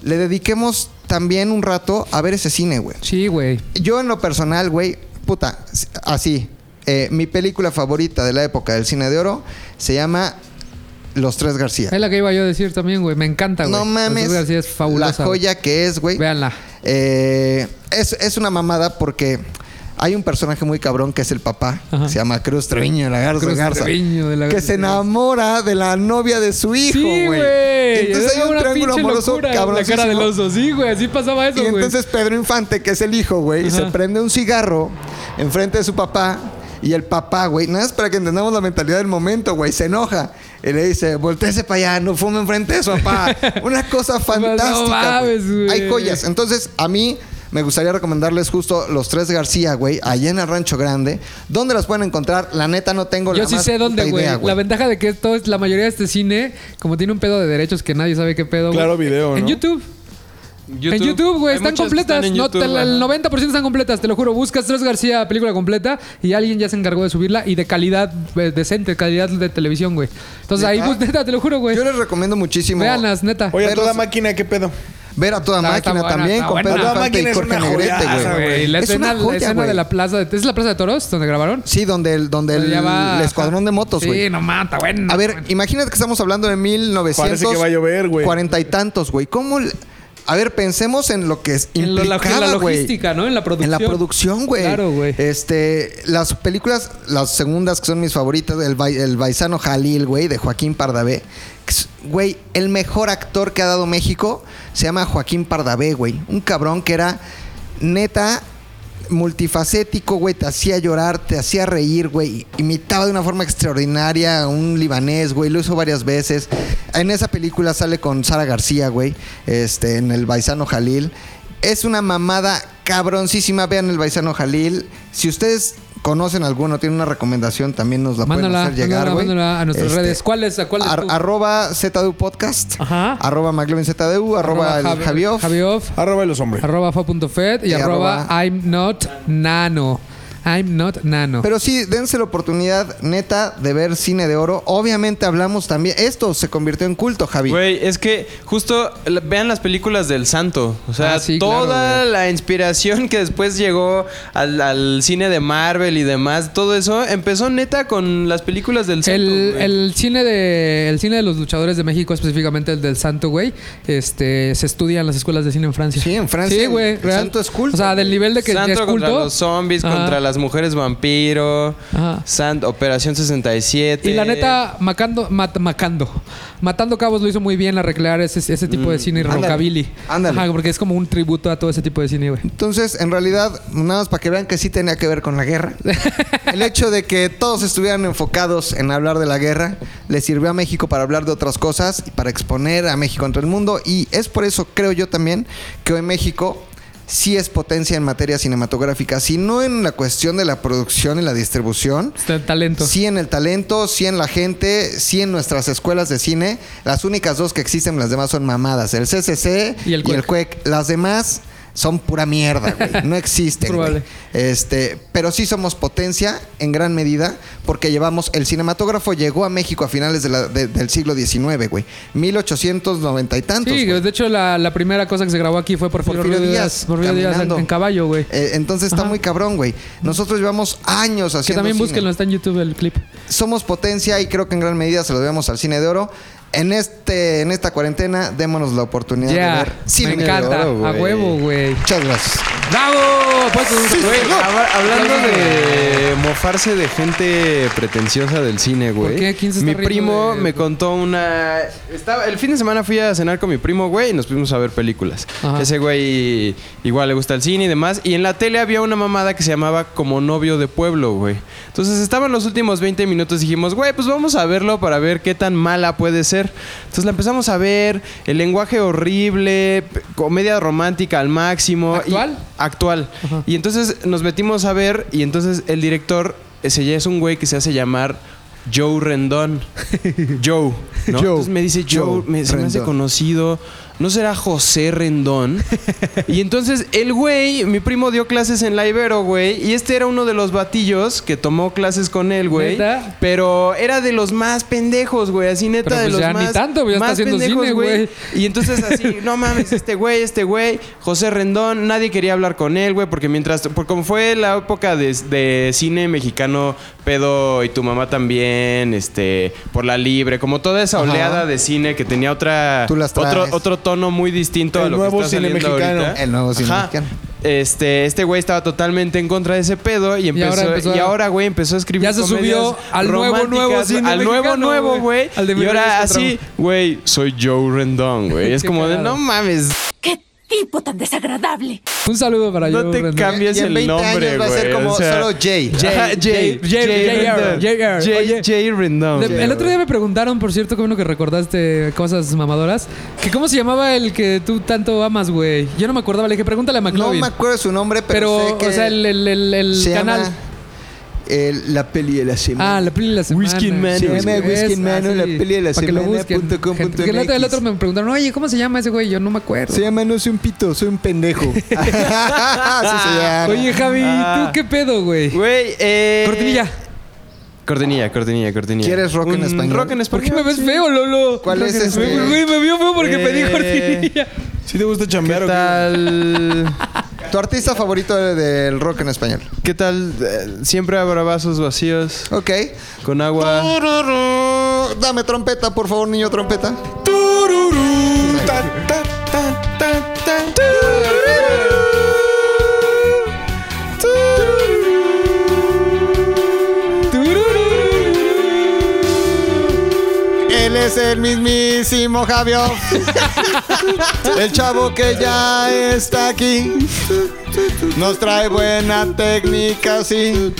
D: le dediquemos también un rato a ver ese cine, güey.
B: Sí, güey.
D: Yo en lo personal, güey, puta, s- así, eh, mi película favorita de la época del cine de oro se llama Los Tres García.
B: Es la que iba yo a decir también, güey. Me encanta, güey.
D: No mames,
B: Entonces, García es fabulosa.
D: la joya que es, güey.
B: güey. Véanla.
D: Eh, es, es una mamada porque hay un personaje muy cabrón que es el papá.
B: Ajá.
D: Se llama Cruz Treviño de la Garza.
B: Cruz
D: Garza,
B: Treviño de la
D: que
B: Garza.
D: se enamora de la novia de su hijo,
B: Sí,
D: güey.
B: güey.
D: Entonces
B: Era
D: hay un
B: una
D: triángulo
B: pinche
D: amoroso
B: locura,
D: cabrón.
B: La cara del oso. Sí, güey. Así pasaba eso,
D: Y
B: güey.
D: entonces Pedro Infante, que es el hijo, güey, se prende un cigarro enfrente de su papá. Y el papá, güey, nada más para que entendamos la mentalidad del momento, güey, se enoja. Y le dice, volteese para allá, no fume enfrente de su papá. Una cosa fantástica.
B: Pues, No mames,
D: güey.
B: güey.
D: Hay joyas. Entonces, a mí me gustaría recomendarles justo los tres García, güey, allá en el Rancho Grande. ¿Dónde las pueden encontrar? La neta no tengo
B: Yo
D: la
B: sí
D: más
B: sé dónde,
D: puta
B: güey.
D: idea,
B: La ventaja de que esto es la mayoría de este cine, como tiene un pedo de derechos que nadie sabe qué pedo. güey.
A: Claro, video,
B: En
A: ¿no?
B: YouTube. En YouTube, güey,
C: Hay
B: están
C: muchas que
B: completas.
C: en
B: No,
C: YouTube,
B: te-
C: ajá.
B: el 90% están completas, te lo juro. Buscas Tres García, película completa, y alguien ya se encargó de subirla y de calidad eh, decente, calidad de televisión, güey. Entonces ahí,
D: ¿Neta?
B: pues, neta, te lo juro, güey.
D: Yo les recomiendo muchísimo
B: Veanlas, neta.
A: Oye, a toda
D: Verlos-
A: máquina, ¿qué pedo?
D: ver a toda
B: Está- está
D: máquina
B: buena,
D: también
B: está
D: con
B: buena.
D: Pedro
B: A
A: toda
D: Infante
A: máquina
D: y
A: es
D: Jorge
A: una
D: Negrete,
A: joyaza,
D: güey.
B: Güey, la
D: Es una
B: escena, la
D: joya,
B: escena
D: güey.
B: de la plaza de... ¿Es la plaza de toros donde grabaron?
D: Sí, donde el, donde
B: Donde
D: el,
B: ya va-
D: el escuadrón de motos, güey.
B: Sí, no mata, bueno.
D: A ver,
B: bueno.
D: imagínate que estamos hablando de 1900.
A: Parece que va a llover, güey.
D: Cuarenta y tantos, güey. ¿Cómo? le- A ver, pensemos en lo que es
B: en, lo- la- en la
D: implicaba, güey.
B: logística, ¿no? En la
D: En
B: producción.
D: la producción, güey.
B: Claro, güey.
D: Este, las películas, las segundas que son mis favoritas, El, Bai- el Baisano Jalil, güey, de Joaquín Pardavé. Que es- Güey, el mejor actor que ha dado México se llama Joaquín Pardavé, güey. Un cabrón que era neta multifacético, güey. Te hacía llorar, te hacía reír, güey. Imitaba de una forma extraordinaria a un libanés, güey. Lo hizo varias veces. En esa película sale con Sara García, güey. Este, en El Baisano Jalil. Es una mamada cabroncísima. Vean el Baisano Jalil. Si ustedes conocen alguno, tienen una recomendación, también nos la
B: Mándala,
D: pueden hacer llegar,
B: mándala,
D: güey.
B: mándala a nuestras
D: Este,
B: redes. ¿Cuáles? ¿A cuáles?
D: ar-
B: tú?
D: arroba ZDU Podcast.
B: Ajá.
D: Arroba McLovin ZDU. Arroba, el
B: Javi-
D: Javioff.
B: Javioff.
A: Arroba los hombres.
B: Arroba fa.fed y,
D: Y
B: arroba,
D: arroba-
B: I'm not nano. I'm not nano.
D: Pero sí, dense la oportunidad neta de ver cine de oro. Obviamente hablamos también. Esto se convirtió en culto, Javi.
C: Güey, es que justo la- vean las películas del santo. O sea,
B: Ah, sí, claro,
C: toda
B: güey.
C: la inspiración que después llegó al, al cine de Marvel y demás, todo eso empezó neta con las películas del santo.
B: el,
C: güey.
B: el cine de el cine de los luchadores de México específicamente el del Santo güey este se estudia en las escuelas de cine en Francia
D: Sí, en Francia
B: sí
D: el-
B: güey
D: el
B: real.
D: Santo es culto,
B: o sea del nivel de que
C: Santo
B: es culto
C: contra los zombies,
B: Ajá.
C: contra las mujeres vampiro,
B: Ajá.
C: Sant- Operación 67.
B: y la neta, macando, mat- macando. Matando Cabos lo hizo muy bien a recrear ese, ese tipo
C: Mm.
B: de cine
D: ándale,
B: rockabilly.
D: ándale.
B: Ajá, porque es como un tributo a todo ese tipo de cine, güey.
D: Entonces, en realidad, nada más para que vean que sí tenía que ver con la guerra. El hecho de que todos estuvieran enfocados en hablar de la guerra le sirvió a México para hablar de otras cosas y para exponer a México ante el mundo. Y es por eso, creo yo también, que hoy México sí es potencia en materia cinematográfica, si no en la cuestión de la producción y la distribución,
B: Está el talento.
D: Sí en el talento, sí en la gente, sí en nuestras escuelas de cine. Las únicas dos que existen, las demás son mamadas. El CCC
B: Y
D: y
B: el
D: el,
B: CUEC.
D: CUEC. Las demás son pura mierda, güey. No existen,
B: Probable.
D: güey. Este, pero sí somos potencia en gran medida porque llevamos... El cinematógrafo llegó a México a finales de la- de- del siglo XIX, güey. 1890 y tantos,
B: Sí,
D: güey.
B: de hecho la, la primera cosa que se grabó aquí fue por Porfirio,
D: Porfirio
B: Díaz.
D: Díaz,
B: Porfirio Díaz en,
D: caminando.
B: en caballo, güey.
D: Eh, entonces está
B: Ajá.
D: muy cabrón, güey. Nosotros llevamos años haciendo
B: que también
D: cine.
B: búsquenlo, está en YouTube el clip.
D: somos potencia y creo que en gran medida se lo debemos al cine de oro. En este en esta cuarentena démonos la oportunidad de
B: Ya,
D: ver cine
B: me
D: de
B: encanta.
D: oro.
B: a huevo, güey.
D: Muchas gracias.
B: ¡Bravo! Pues,
C: Güey, habla- hablando de mofarse de gente pretenciosa del cine, güey.
B: ¿Por qué? ¿Quién se está
C: Mi
B: riendo
C: primo
B: de-
C: me contó una. Estaba, el fin de semana fui a cenar con mi primo, güey, y nos fuimos a ver películas.
B: Ajá.
C: Ese güey igual le gusta el cine y demás. Y en la tele había una mamada que se llamaba Como Novio de Pueblo, güey. Entonces estaban los últimos 20 minutos y dijimos, güey, pues vamos a verlo para ver qué tan mala puede ser. Entonces la empezamos a ver, el lenguaje horrible, p- comedia romántica al máximo. y-
B: ¿Actual?
C: actual. Y entonces nos metimos a ver y entonces el director ese ya es un güey que se hace llamar Joe Rendón. Joe, ¿no? Entonces me dice Joe,
D: Joe
C: me, se me hace
D: Rendón.
C: conocido. ¿No será José Rendón? y entonces el güey, mi primo dio clases en la Ibero, güey. Y este era uno de los batillos que tomó clases con él, güey.
B: ¿Neta?
C: Pero era de los más pendejos, güey. Así neta,
B: Pero
C: de
B: pues
C: los
B: ya ni
C: más.
B: tanto, ya está
C: más
B: haciendo
C: pendejos,
B: cine, güey.
C: y entonces así, no mames, este güey, este güey, José Rendón, nadie quería hablar con él, güey, porque mientras, por como fue la época de, de cine mexicano, pedo y tu mamá también, este, por la libre, como toda esa
D: Ajá.
C: oleada de cine que tenía otra,
D: Tú las traes.
C: otro, otro tono muy distinto
A: El
C: a lo
A: nuevo
C: que está
A: cine
C: saliendo
A: mexicano.
C: ahorita.
D: El nuevo cine mexicano.
C: Este, este güey estaba totalmente en contra de ese pedo y, empezó, y,
B: ahora
C: ahora,
B: empezó a-
C: güey empezó a escribir
B: Ya se
C: comedias
B: subió al nuevo,
C: románticas,
B: nuevo cine
C: al nuevo
B: mexicano,
C: nuevo,
B: güey.
C: güey.
B: Al de
C: Y
B: Miguel
C: ahora
B: Ángel
C: así, güey, soy Joe Rendón, güey. Es
B: Qué
C: como de,
B: cagado.
C: no mames.
J: ¿Qué,
F: tipo tan desagradable.
B: Un saludo para
C: No
B: yo,
C: te
B: Rendón.
C: cambies. Es
D: Y en
C: el
D: 20
C: nombre,
D: años va a ser
C: güey,
D: como
C: o sea-
D: solo Jay.
C: Ajá, Jay,
B: Jay, Jay,
C: Rendón.
B: Jay Rendón.
C: Jay,
B: Oye,
C: Jay Rendón.
B: De- el otro día me preguntaron, por cierto, como uno que recordaste cosas mamadoras, que cómo se llamaba el que tú tanto amas, güey. Yo no me acordaba, le dije, pregúntale a
D: No
B: McLovin.
D: me acuerdo su nombre, pero,
B: pero,
D: sé que
B: o sea, el, el- el- el
D: se
B: canal.
D: llama, eh, la peli de la semana.
B: Ah, la peli de la semana.
C: Whisky in Mano.
D: Se llama
B: güey.
D: Whisky in
B: Es
D: Mano,
B: así,
D: la peli de la
B: ah, para que lo
D: semana
B: busquen.
D: punto com
B: Gente,
D: punto
B: que el otro- el
D: MX.
B: otro me preguntaron, oye, ¿cómo se llama ese güey? Yo no me acuerdo.
D: Se llama No soy un pito, soy un pendejo. Así se llama.
B: Oye, Javi,
C: Ah.
B: ¿tú qué pedo, güey?
C: Güey, eh.
B: Cortinilla.
C: Cortinilla, cortinilla, cortinilla.
D: ¿Quieres rock en
C: Un
D: español?
C: Rock en
B: ¿Por
C: español.
B: qué me ves
C: sí.
B: feo, Lolo?
D: ¿Cuál es
B: Me-
D: este?
B: Güey, me vio feo porque pedí
C: Eh.
B: cortinilla.
A: ¿Sí te gusta
C: ¿Qué
A: chambear o qué?
C: tal?
D: ¿Tu artista favorito de- del rock en español?
C: ¿Qué tal? eh, Siempre habrá vasos vacíos
D: Ok.
C: con agua.
D: Tururú. Dame trompeta, por favor, niño trompeta.
A: Tururú, ta, ta, ta, ta, ta, tururú, tururú.
D: Él es el mismísimo Javio. El chavo que ya está aquí. Nos trae buena técnica, sí.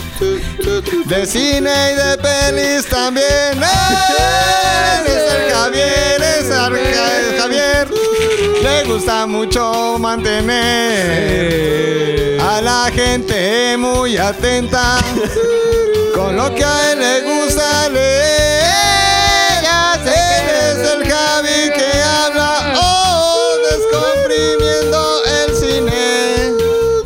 D: De cine y de pelis también. Él es el Javier, es el Javier. Le gusta mucho mantener a la gente muy atenta. Con lo que a él le gusta leer. Él es el Javi que habla. Oh, descomprimiendo el cine.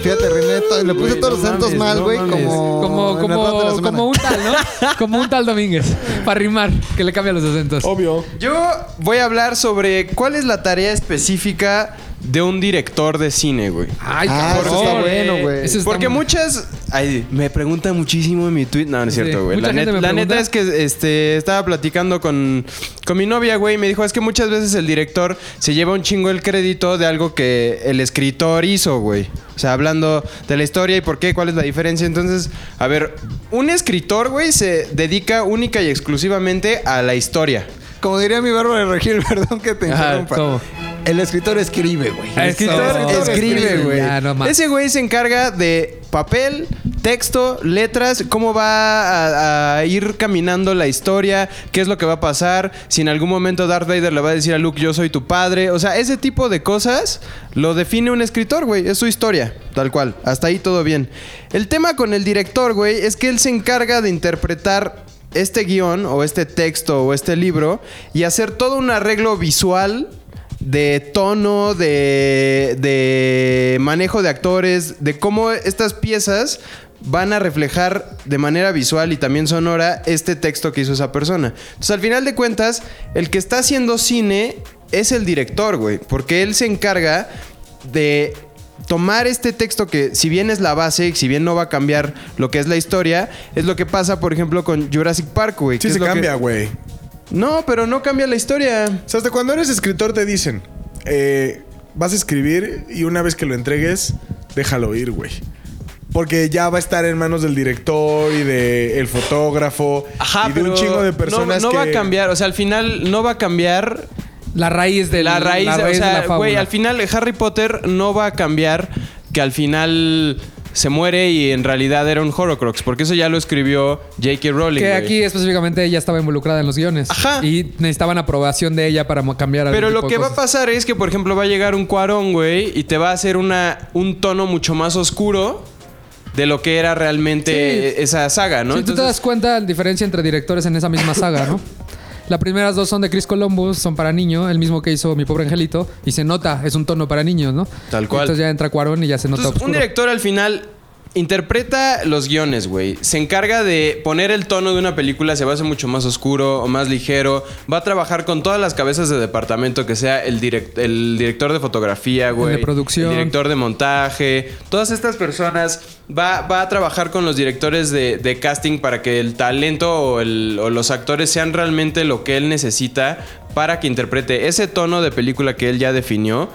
D: Fíjate, René, to- le puse
C: Güey,
D: todos los
C: no
D: santos
C: mames,
D: mal,
C: no
D: güey.
C: mames.
D: como,
B: Como,
D: en el rap de la
B: como,
D: semana.
B: como un tal, ¿no? Como un tal Domínguez. Para rimar, que le cambia los acentos.
A: Obvio.
C: Yo voy a hablar sobre cuál es la tarea específica de un director de cine, güey.
B: Ay,
D: Ah,
B: cabrón.
D: eso está bueno, güey.
B: Eso está
C: Porque
B: muy-
C: muchas. ay, me pregunta muchísimo en mi tweet. No, no es
B: Sí,
C: cierto, güey.
B: mucha
C: La,
B: gente
C: net-
B: me
C: la
B: pregunta.
C: neta es que este, estaba platicando con, con mi novia, güey. Y me dijo: Es que muchas veces el director se lleva un chingo el crédito de algo que el escritor hizo, güey. O sea, hablando de la historia y por qué, cuál es la diferencia. Entonces, a ver, un escritor, güey, se dedica única y exclusivamente a la historia.
D: Como diría mi bárbaro de Regil, perdón que te
B: Ajá,
D: interrumpa.
B: ¿cómo? Ah,
D: El escritor escribe, güey.
B: El escritor
D: Eso. escribe, güey.
B: Ya, no más.
C: Ese güey se encarga de papel, texto, letras, cómo va a, a ir caminando la historia, qué es lo que va a pasar, si en algún momento Darth Vader le va a decir a Luke, yo soy tu padre. O sea, ese tipo de cosas lo define un escritor, güey. Es su historia, tal cual. Hasta ahí todo bien. El tema con el director, güey, es que él se encarga de interpretar este guión o este texto o este libro y hacer todo un arreglo visual de tono, de, de manejo de actores, de cómo estas piezas van a reflejar de manera visual y también sonora este texto que hizo esa persona. Entonces, al final de cuentas, el que está haciendo cine es el director, güey, porque él se encarga de tomar este texto que si bien es la base, si bien no va a cambiar lo que es la historia, es lo que pasa, por ejemplo, con Jurassic Park, güey. que
A: Sí
C: es
A: se
C: lo que-
A: cambia, güey.
C: No, pero no cambia la historia.
A: O sea, hasta cuando eres escritor te dicen, eh, vas a escribir y una vez que lo entregues, déjalo ir, güey. Porque ya va a estar en manos del director y del fotógrafo y de un
C: pero
A: chingo de
C: no-
A: personas
C: No, va
A: que-
C: a cambiar, o sea, al final no va a cambiar
B: La raíz de
C: la raíz, o
B: de
C: sea,
B: la fábula.
C: güey, al final Harry Potter no va a cambiar que al final se muere y en realidad era un Horrocrux, porque eso ya lo escribió J.K. Rowling.
B: Que
C: güey.
B: aquí específicamente ella estaba involucrada en los guiones.
C: Ajá.
B: Y necesitaban aprobación de ella para mo- cambiar algún
C: Pero lo
B: tipo de
C: que va a
B: cosas.
C: pasar es que, por ejemplo, va a llegar un cuarón, güey, y te va a hacer una, un tono mucho más oscuro de lo que era realmente
B: Sí.
C: esa saga, ¿no?
B: Sí, tú te
C: Entonces-
B: das cuenta la diferencia entre directores en esa misma saga, ¿no? Las primeras dos son de Chris Columbus, son para niño, el mismo que hizo Mi Pobre Angelito, y se nota, es un tono para niños, ¿no?
C: Tal cual.
B: Entonces ya entra Cuarón y ya se nota
C: Entonces, un
B: oscuro.
C: director al final interpreta los guiones, güey. Se encarga de poner el tono de una película, se va a hacer mucho más oscuro o más ligero. Va a trabajar con todas las cabezas de departamento, que sea el, direct- el director de fotografía, güey.
B: de producción.
C: El director de montaje. Todas estas personas. Va, va a trabajar con los directores de, de casting para que el talento o, el- o los actores sean realmente lo que él necesita para que interprete ese tono de película que él ya definió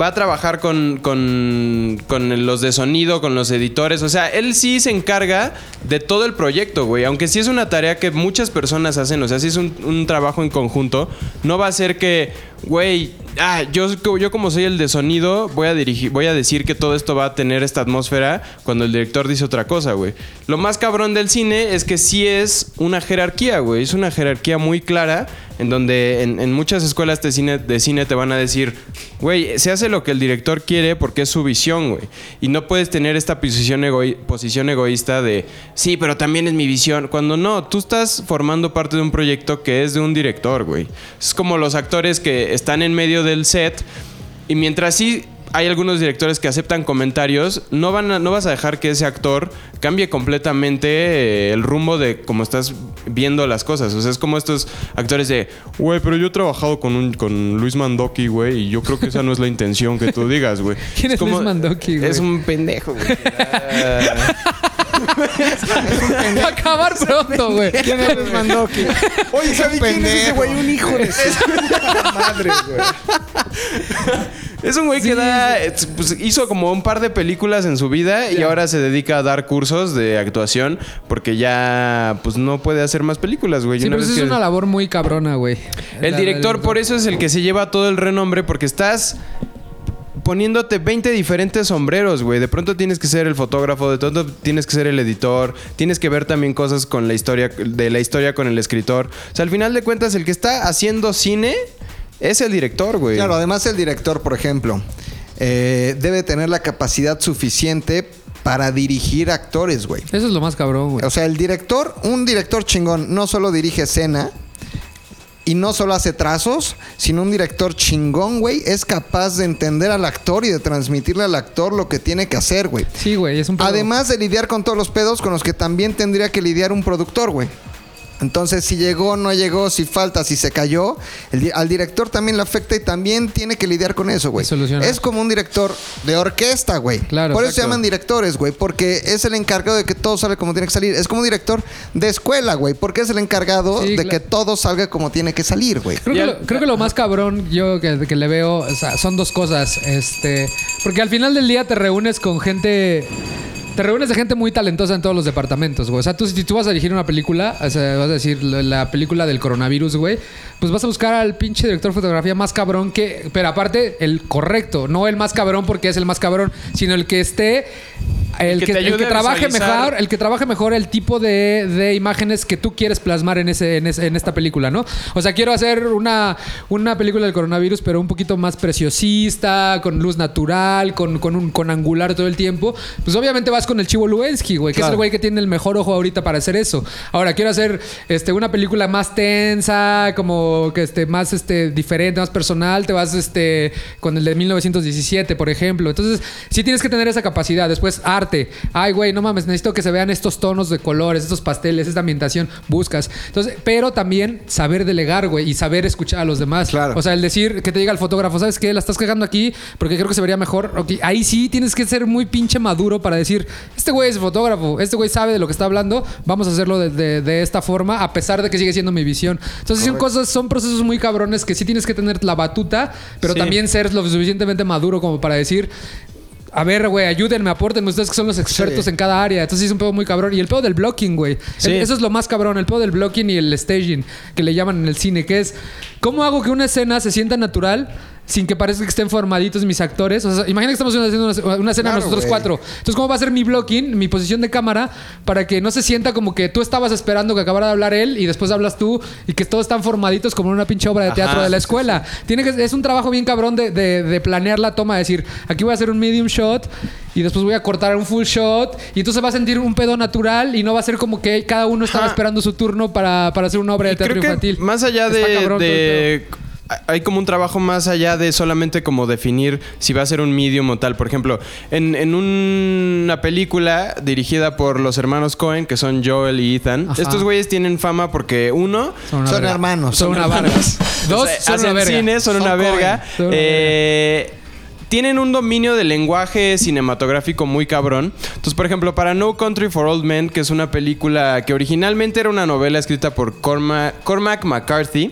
C: va a trabajar con, con, con los de sonido, con los editores. O sea, él sí se encarga de todo el proyecto, güey. Aunque sí es una tarea que muchas personas hacen, o sea, sí es un, un trabajo en conjunto, no va a ser que, güey, Ah, yo, yo como soy el de sonido, voy a dirigir, voy a decir que todo esto va a tener esta atmósfera cuando el director dice otra cosa, güey. Lo más cabrón del cine es que sí es una jerarquía, güey. Es una jerarquía muy clara en donde en, en muchas escuelas de cine, de cine te van a decir, güey, se hace lo que el director quiere porque es su visión, güey. Y no puedes tener esta posición, egoí- posición egoísta de, sí, pero también es mi visión. Cuando no, tú estás formando parte de un proyecto que es de un director, güey. Es como los actores que están en medio del set y mientras sí hay algunos directores que aceptan comentarios, no, van a- no vas a dejar que ese actor cambie completamente eh, el rumbo de cómo estás viendo las cosas. O sea, es como estos actores de, güey, pero yo he trabajado con, un, con Luis Mandoki, güey, y yo creo que esa no es la intención que tú digas, güey.
B: ¿Quién es
C: como-
B: Luis Mandoki, güey?
C: Es un pendejo, güey.
B: Va a acabar pronto, güey.
D: ¿Quién es Luis Mandoki?
H: Oye, ¿sabes quién es ese
D: Pendejo.
H: güey? Un hijo de su puta madre, güey.
C: Es un güey que da, es- pues, hizo como un par de películas en su vida y ahora se dedica a dar cursos de actuación porque ya pues no puede hacer más películas, güey.
B: Sí,
C: Una
B: pero
C: vez
B: eso es
C: que-
B: una labor muy cabrona, güey.
C: El director por eso es el que se lleva todo el renombre porque estás poniéndote 20 diferentes sombreros, güey. De pronto tienes que ser el fotógrafo, de pronto tienes que ser el editor, tienes que ver también cosas con la historia de la historia con el escritor. O sea, al final de cuentas el que está haciendo cine es el director, güey.
D: Claro, además el director, por ejemplo, eh, debe tener la capacidad suficiente para dirigir actores, güey.
B: Eso es lo más cabrón, güey.
D: O sea, el director, un director chingón, no solo dirige escena y no solo hace trazos, sino un director chingón, güey, es capaz de entender al actor y de transmitirle al actor lo que tiene que hacer, güey.
B: Sí, güey, es un pedo.
D: Además de lidiar con todos los pedos con los que también tendría que lidiar un productor, güey. Entonces, si llegó, no llegó, si falta, si se cayó, el di- al director también le afecta y también tiene que lidiar con eso, güey.
B: Y solucionar.
D: Es como un director de orquesta, güey.
B: Claro,
D: Por eso se
B: exacto.
D: llaman directores, güey, porque es el encargado de que todo salga como tiene que salir. Es como un director de escuela, güey, porque es el encargado
B: Sí,
D: de
B: claro.
D: que todo salga como tiene que salir, güey.
B: Creo, que lo, creo que lo más cabrón yo que, que le veo o sea, son dos cosas. Este, porque al final del día te reúnes con gente. Te reúnes de gente muy talentosa en todos los departamentos, güey. O sea, tú, si tú vas a dirigir una película, o sea, vas a decir la la película del coronavirus, güey, pues vas a buscar al pinche director de fotografía más cabrón que. Pero aparte, el correcto. No el más cabrón porque es el más cabrón, sino el que esté. El
C: que
B: que,
C: te
B: el
C: ayude
B: que
C: a
B: trabaje
C: visualizar.
B: mejor, el que trabaje mejor el tipo de, de imágenes que tú quieres plasmar en, ese, en, ese- en esta película, ¿no? O sea, quiero hacer una, una película del coronavirus, pero un poquito más preciosista, con luz natural, con, con, un, con angular todo el tiempo. Pues obviamente vas con el Chivo Luensky, güey, que es el güey que tiene el mejor ojo ahorita para hacer eso. Ahora, quiero hacer este, una película más tensa, como que esté más este, diferente, más personal. Te vas este, con el de 1917, por ejemplo. Entonces, sí tienes que tener esa capacidad. Después, arte. Ay, güey, no mames, necesito que se vean estos tonos de colores, estos pasteles, esta ambientación. Buscas. Entonces, pero también saber delegar, güey, y saber escuchar a los demás.
D: Claro.
B: O sea, el decir que te diga el fotógrafo, ¿sabes qué? La estás cagando aquí porque creo que se vería mejor. Ok, Ahí sí tienes que ser muy pinche maduro para decir, este güey es fotógrafo, este güey sabe de lo que está hablando, vamos a hacerlo de, de- de esta forma, a pesar de que sigue siendo mi visión. Entonces son cosas, son procesos muy cabrones que sí tienes que tener la batuta, pero también ser lo suficientemente maduro como para decir, a ver, güey, ayúdenme, apórtenme. Ustedes que son los expertos en cada área. Entonces sí es un pedo muy cabrón. Y el pedo del blocking, güey.
C: Sí.
B: El- Eso es lo más cabrón. El pedo del blocking y el staging, que le llaman en el cine, que es cómo hago que una escena se sienta natural sin que parezca que estén formaditos mis actores. O sea, imagina que estamos haciendo una, una escena
D: Claro,
B: nosotros
D: güey.
B: cuatro. Entonces, ¿cómo va a ser mi blocking, mi posición de cámara, para que no se sienta como que tú estabas esperando que acabara de hablar él y después hablas tú y que todos están formaditos como en una pinche obra de teatro de la escuela? Tiene que, es un trabajo bien cabrón de, de- de planear la toma, de decir, aquí voy a hacer un medium shot y después voy a cortar un full shot y entonces va a sentir un pedo natural y no va a ser como que cada uno estaba
C: Ajá.
B: esperando su turno para, para hacer una obra de
C: Y creo
B: teatro
C: que
B: infantil.
C: Más allá
B: Está
C: de.
B: cabrón todo el pedo.
C: de- hay como un trabajo más allá de solamente como definir si va a ser un medium o tal. Por ejemplo, en, en una película dirigida por los hermanos Cohen, que son Joel y Ethan,
B: Ajá.
C: estos güeyes tienen fama porque uno,
B: Son, una
D: Son
B: verga.
D: hermanos.
B: Son, una verga. Dos, son
C: o sea,
B: una
C: hacen
B: verga.
C: cine, son,
D: Son
C: una
D: Cohen.
C: verga.
B: Son una
C: Eh, Tienen un dominio del lenguaje cinematográfico muy cabrón. Entonces, por ejemplo, para No Country for Old Men, que es una película que originalmente era una novela escrita por Corma- Cormac McCarthy,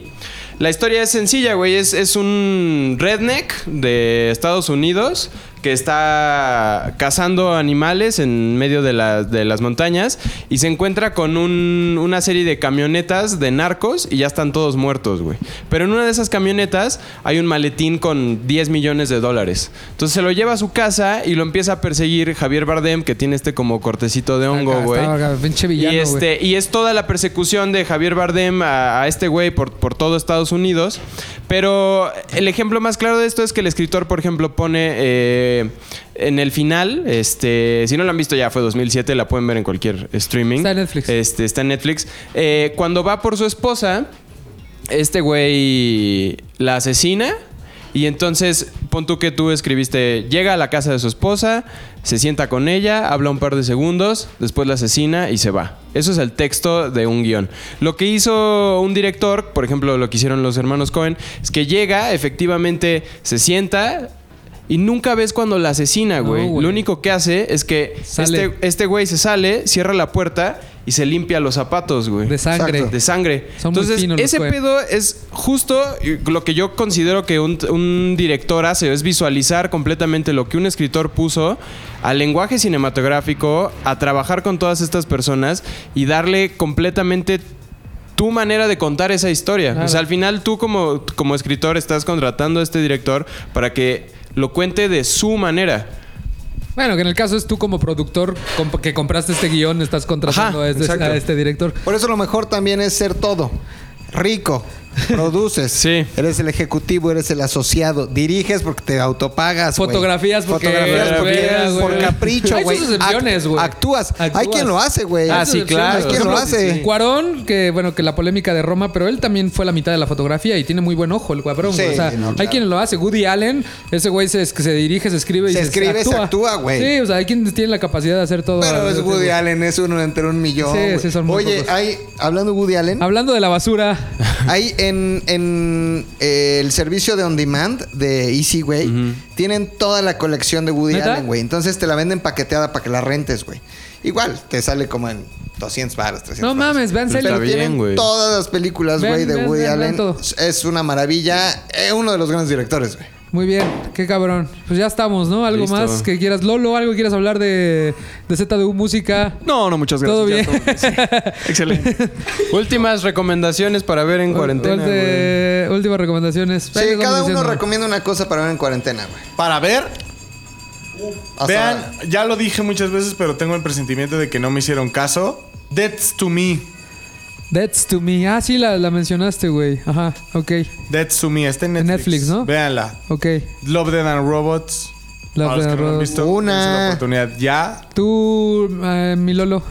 C: la historia es sencilla, güey. Es, es un redneck de Estados Unidos que está cazando animales en medio de, la- de las montañas y se encuentra con un- una serie de camionetas de narcos y ya están todos muertos, güey. Pero en una de esas camionetas hay un maletín con 10 millones de dólares. Entonces se lo lleva a su casa y lo empieza a perseguir Javier Bardem, que tiene este como cortecito de hongo,
B: Acá,
C: güey.
B: está, acá, pinche
C: Y,
B: villano, güey.
C: este, y es toda la persecución de Javier Bardem a, a este güey por, por todo Estados Unidos. Pero el ejemplo más claro de esto es que el escritor, por ejemplo, pone eh, en el final, este, si no lo han visto ya, fue 2007, la pueden ver en cualquier streaming.
B: Está en Netflix.
C: Este, está en Netflix. Eh, cuando va por su esposa, este güey la asesina. Y entonces, pon tú que tú escribiste, llega a la casa de su esposa, se sienta con ella, habla un par de segundos, después la asesina y se va. Eso es el texto de un guión. Lo que hizo un director, por ejemplo, lo que hicieron los hermanos Cohen, es que llega, efectivamente, se sienta y nunca ves cuando la asesina, güey.
B: güey.
C: Lo único que hace es que
B: Sale.
C: este, este güey se sale, cierra la puerta y se limpia los zapatos, güey.
B: De sangre.
C: De sangre.
B: Son muy
C: Entonces,
B: finos los
C: ese
B: Coen.
C: pedo es justo lo que yo considero que un, un director hace, es visualizar completamente lo que un escritor puso al lenguaje cinematográfico, a trabajar con todas estas personas y darle completamente tu manera de contar esa historia.
B: Claro.
C: O sea, al final tú como, como escritor estás contratando a este director para que lo cuente de su manera.
B: Bueno, que en el caso es tú como productor comp- que compraste este guión, estás contratando
C: Ajá,
B: a, este,
C: exacto.
B: a este director.
K: Por eso lo mejor también es ser todo. Rico, produces.
C: Sí.
K: Eres el ejecutivo, eres el asociado. Diriges porque te autopagas. güey.
B: Fotografías porque-
K: Fotografías porque-
B: Veas, güey.
K: por capricho,
B: Hay
K: güey.
B: sus excepciones,
K: Act-
B: güey.
K: Actúas.
B: Actúas.
K: Hay quien lo hace, güey.
C: Ah, sí, claro.
K: Hay quien
C: Por
K: lo
C: ejemplo,
K: hace.
C: sí.
B: Cuarón, que bueno, que la polémica de Roma, pero él también fue la mitad de la fotografía y tiene muy buen ojo el cabrón. güey.
K: Sí,
B: o sea,
K: no,
B: hay
K: claro.
B: quien lo hace. Woody Allen, ese güey se, es- que se dirige, se escribe y
K: Se
B: se,
K: escribe, se
B: actúa.
K: actúa, güey.
B: Sí, o sea, hay quien tiene la capacidad de hacer todo.
K: Pero es
B: Este,
K: Woody
B: güey.
K: Allen, es uno entre un millón.
B: Sí,
K: güey.
B: sí, son muy
K: Oye,
B: pocos.
K: hay, hablando de Woody Allen,
B: Hablando de la basura,
K: Ahí en, en, eh, el servicio de on demand de Easy, güey, tienen toda la colección de Woody
B: ¿Neta?
K: Allen, güey. Entonces te la venden paqueteada para que la rentes, güey. Igual, te sale como en 200 baros, 300
B: no
K: baros.
B: mames, vean
C: Está
B: serio.
C: bien.
K: Tienen
C: güey.
K: todas las películas,
B: Ven,
K: güey, de
B: ven,
K: Woody
B: ven, ven
K: Allen.
B: todo.
K: Es una maravilla. Es uno de los grandes directores, güey.
B: Muy bien, qué cabrón. Pues ya estamos, ¿no? Algo
C: Listo.
B: más que quieras. Lolo, algo que quieras hablar de, de ZDU Música.
K: Pues
A: No, no, muchas gracias.
B: Todo bien.
A: Ya Excelente.
C: Últimas recomendaciones para ver en cuarentena. güey.
B: Ulti- Últimas recomendaciones.
K: Sí,
B: Ahí lo
K: cada
B: estamos
K: uno
B: haciendo.
K: recomienda una cosa para ver en cuarentena, güey.
A: Para ver,
K: O sea,
A: vean, ya lo dije muchas veces, pero tengo el presentimiento de que no me hicieron caso. Deaths to me.
B: That's to me. Ah, sí, la, la mencionaste, güey. Ajá, ok,
A: Deaths to me. Está en
B: En
A: Netflix.
B: Netflix, ¿no?
A: Véanla.
B: ok.
A: Love Dead and Robots.
B: Love,
D: Ah,
A: Para los que no
B: Death
A: lo han
B: Robots.
A: visto,
K: Una.
A: dense la oportunidad ya.
B: Tú, eh, mi Lolo.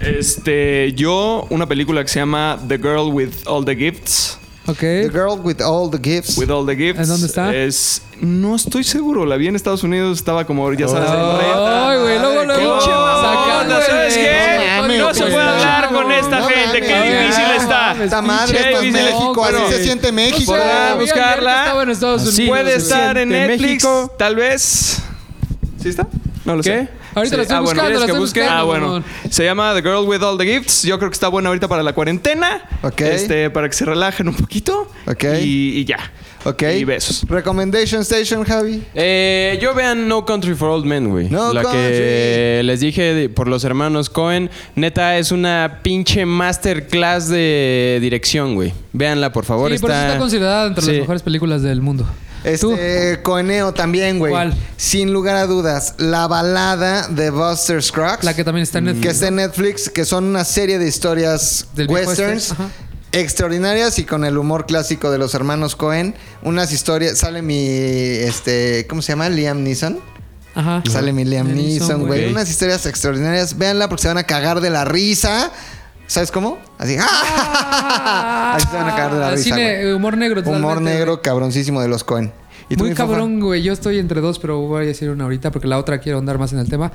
D: Este, yo, una película que se llama The Girl with All the Gifts.
B: Ok.
K: The Girl with All the Gifts.
D: With All the Gifts.
B: ¿En dónde está?
D: Es, no estoy seguro. La vi en Estados Unidos. Estaba como, ya sabes,
B: Oh.
D: en red.
B: Ay, güey, luego, luego.
D: Pinche mamón,
B: sacando el-
D: ¿sabes qué?
B: No
D: No,
B: mames,
D: se
B: güey.
D: puede hablar
B: pues, No,
D: con esta
K: no
D: gente.
K: mames,
D: qué
B: güey.
D: difícil
B: No
D: está.
B: mames.
K: Esta madre,
D: Pinche
K: esto es
D: difícil.
K: México, así
D: Bueno,
K: se siente México.
D: Podrá
B: Podrá
D: buscarla.
B: Estaba en Estados Unidos.
D: Puede
B: güey.
D: estar en
C: Siente
D: Netflix,
C: México.
D: tal vez. ¿Sí está? No lo
C: ¿Qué?
D: sé.
B: Ahorita la estoy
D: ah, bueno,
B: buscando,
D: ¿quieres
B: la
D: que
B: estoy
D: busque?
B: buscando,
D: Ah, bueno.
B: mamón.
D: Se llama The Girl with All the Gifts. Yo creo que está buena ahorita para la cuarentena.
K: Ok.
D: Este, para que se relajen un poquito.
K: Ok.
D: Y, y ya.
K: Ok.
D: Y besos.
K: Recommendation Station, Javi.
C: Eh, yo vean No Country for Old Men, güey.
K: No
C: la
K: Country.
C: que les dije de- por los hermanos Cohen. Neta, es una pinche masterclass de dirección, güey. Véanla, por favor.
B: Sí, por eso está considerada entre
C: Sí.
B: las mejores películas del mundo. ¿Tú?
K: Este, Coeneo también, güey.
B: ¿Cuál?
K: Sin lugar a dudas, la balada de Buster Scruggs.
B: La que también está en Netflix,
K: Que está en Netflix, que son una serie de historias
B: Del viejo
K: westerns.
B: este, ajá.
K: Extraordinarias y con el humor clásico de los hermanos Cohen. Unas historias. Sale mi. Este. ¿Cómo se llama? Liam Neeson.
B: Ajá.
K: Sale mi Liam Neeson, güey. Unas historias extraordinarias. Véanla porque se van a cagar de la risa. ¿Sabes cómo? Así. Así se van a cagar de la
B: Ah,
K: risa.
B: cine,
K: güey.
B: humor negro.
K: Humor
B: totalmente,
K: negro
B: güey.
K: cabroncísimo de los Cohen. ¿Y tú,
B: Muy
K: mi fofa?
B: cabrón, güey. Yo estoy entre dos, pero voy a decir una ahorita porque la otra quiero andar más en el tema.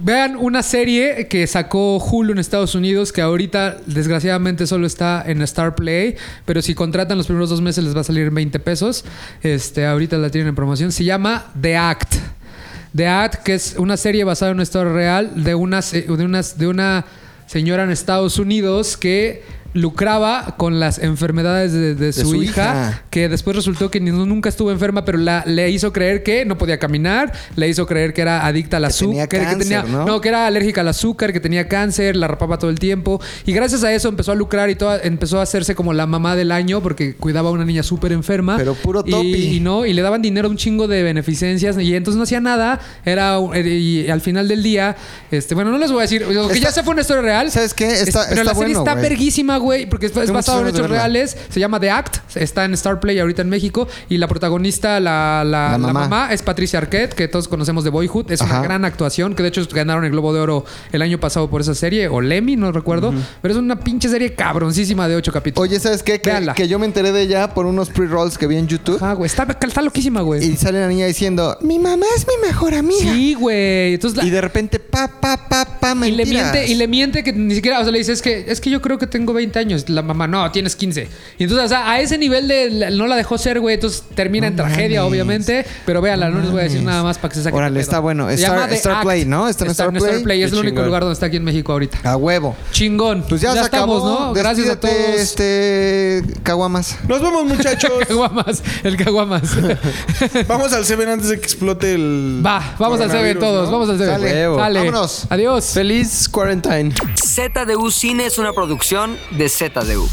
B: Vean una serie que sacó Hulu en Estados Unidos que ahorita desgraciadamente solo está en Star Play, pero si contratan los primeros dos meses les va a salir en 20 pesos. Este, ahorita la tienen en promoción. Se llama The Act. The Act, que es una serie basada en una historia real de una, se- de unas- de una señora en Estados Unidos que lucraba con las enfermedades de, de su,
K: su
B: hija,
K: hija.
B: que después resultó que ni- nunca estuvo enferma, pero la, le hizo creer que no podía caminar, le hizo creer que era adicta al
K: tenía
B: azúcar, que
K: cáncer,
B: tenía,
K: ¿no?
B: que era alérgica al azúcar, que tenía cáncer, la rapaba todo el tiempo. Y gracias a eso empezó a lucrar y toda- empezó a hacerse como la mamá del año porque cuidaba a una niña súper enferma.
K: Pero puro
B: Y-
K: topi.
B: y no, y le daban dinero, un chingo de beneficencias, y entonces no hacía nada. Era, un- era- y al final del día, este, bueno, no les voy a decir, lo que
K: Está-
B: ya se fue una historia real.
K: ¿Sabes qué?
B: Es-
K: Está-
B: pero
K: está
B: la serie
K: bueno,
B: está
K: güey.
B: verguísima, güey, porque es, es
K: muchas
B: basado en
K: ganas de
B: hechos
K: verla.
B: reales. Se llama The Act, está en Star Play ahorita en México, y la protagonista, la, la-
K: La
B: la
K: mamá.
B: mamá, es Patricia Arquette, que todos conocemos de Boyhood. Es
K: Ajá.
B: una gran actuación, que de hecho ganaron el Globo de Oro el año pasado por esa serie, o Lemmy, no recuerdo, pero es una pinche serie cabroncísima de ocho capítulos.
K: Oye, ¿sabes qué? Que,
B: Véanla.
K: que yo me enteré de ella por unos pre-rolls que vi en YouTube.
B: Ajá, güey, está, está loquísima, güey.
K: Y sale la niña diciendo, mi mamá es mi mejor amiga.
B: Sí, güey. Entonces la-
K: Y de repente, pa, pa, pa, pa,
B: y le
K: mentiras.
B: miente, y le miente que ni siquiera, o sea, le dice, es que, es que yo creo que tengo 20 años. La mamá, no, tienes 15. Y entonces, o sea, a ese nivel de la- no la dejó ser, güey. Entonces termina en tragedia, obviamente. Pero véanla, no, les voy a decir nada más para que se saquen.
K: Órale,
B: de
K: está bueno.
B: Se
K: Star-
B: llama The
K: Star
B: Act.
K: Play, ¿no?
B: Está, en Star Play. es
K: Qué
B: el único
K: chingón.
B: lugar donde está aquí en México ahorita.
K: A huevo.
B: Chingón.
K: Pues ya, se
B: estamos,
K: acabó.
B: ¿no? Gracias a
K: Despídete,
B: todos.
K: Este, Caguamas.
C: Nos vemos, muchachos.
B: Caguamas, el caguamas.
C: Vamos al Seven antes de que explote el.
B: Va, vamos al CB
C: coronavirus,
B: todos,
C: ¿no?
B: vamos al CB.
K: Sale.
B: Sale.
K: Vámonos.
B: Adiós.
L: Feliz quarantine.
F: ZDU Cine es una producción de ZDU.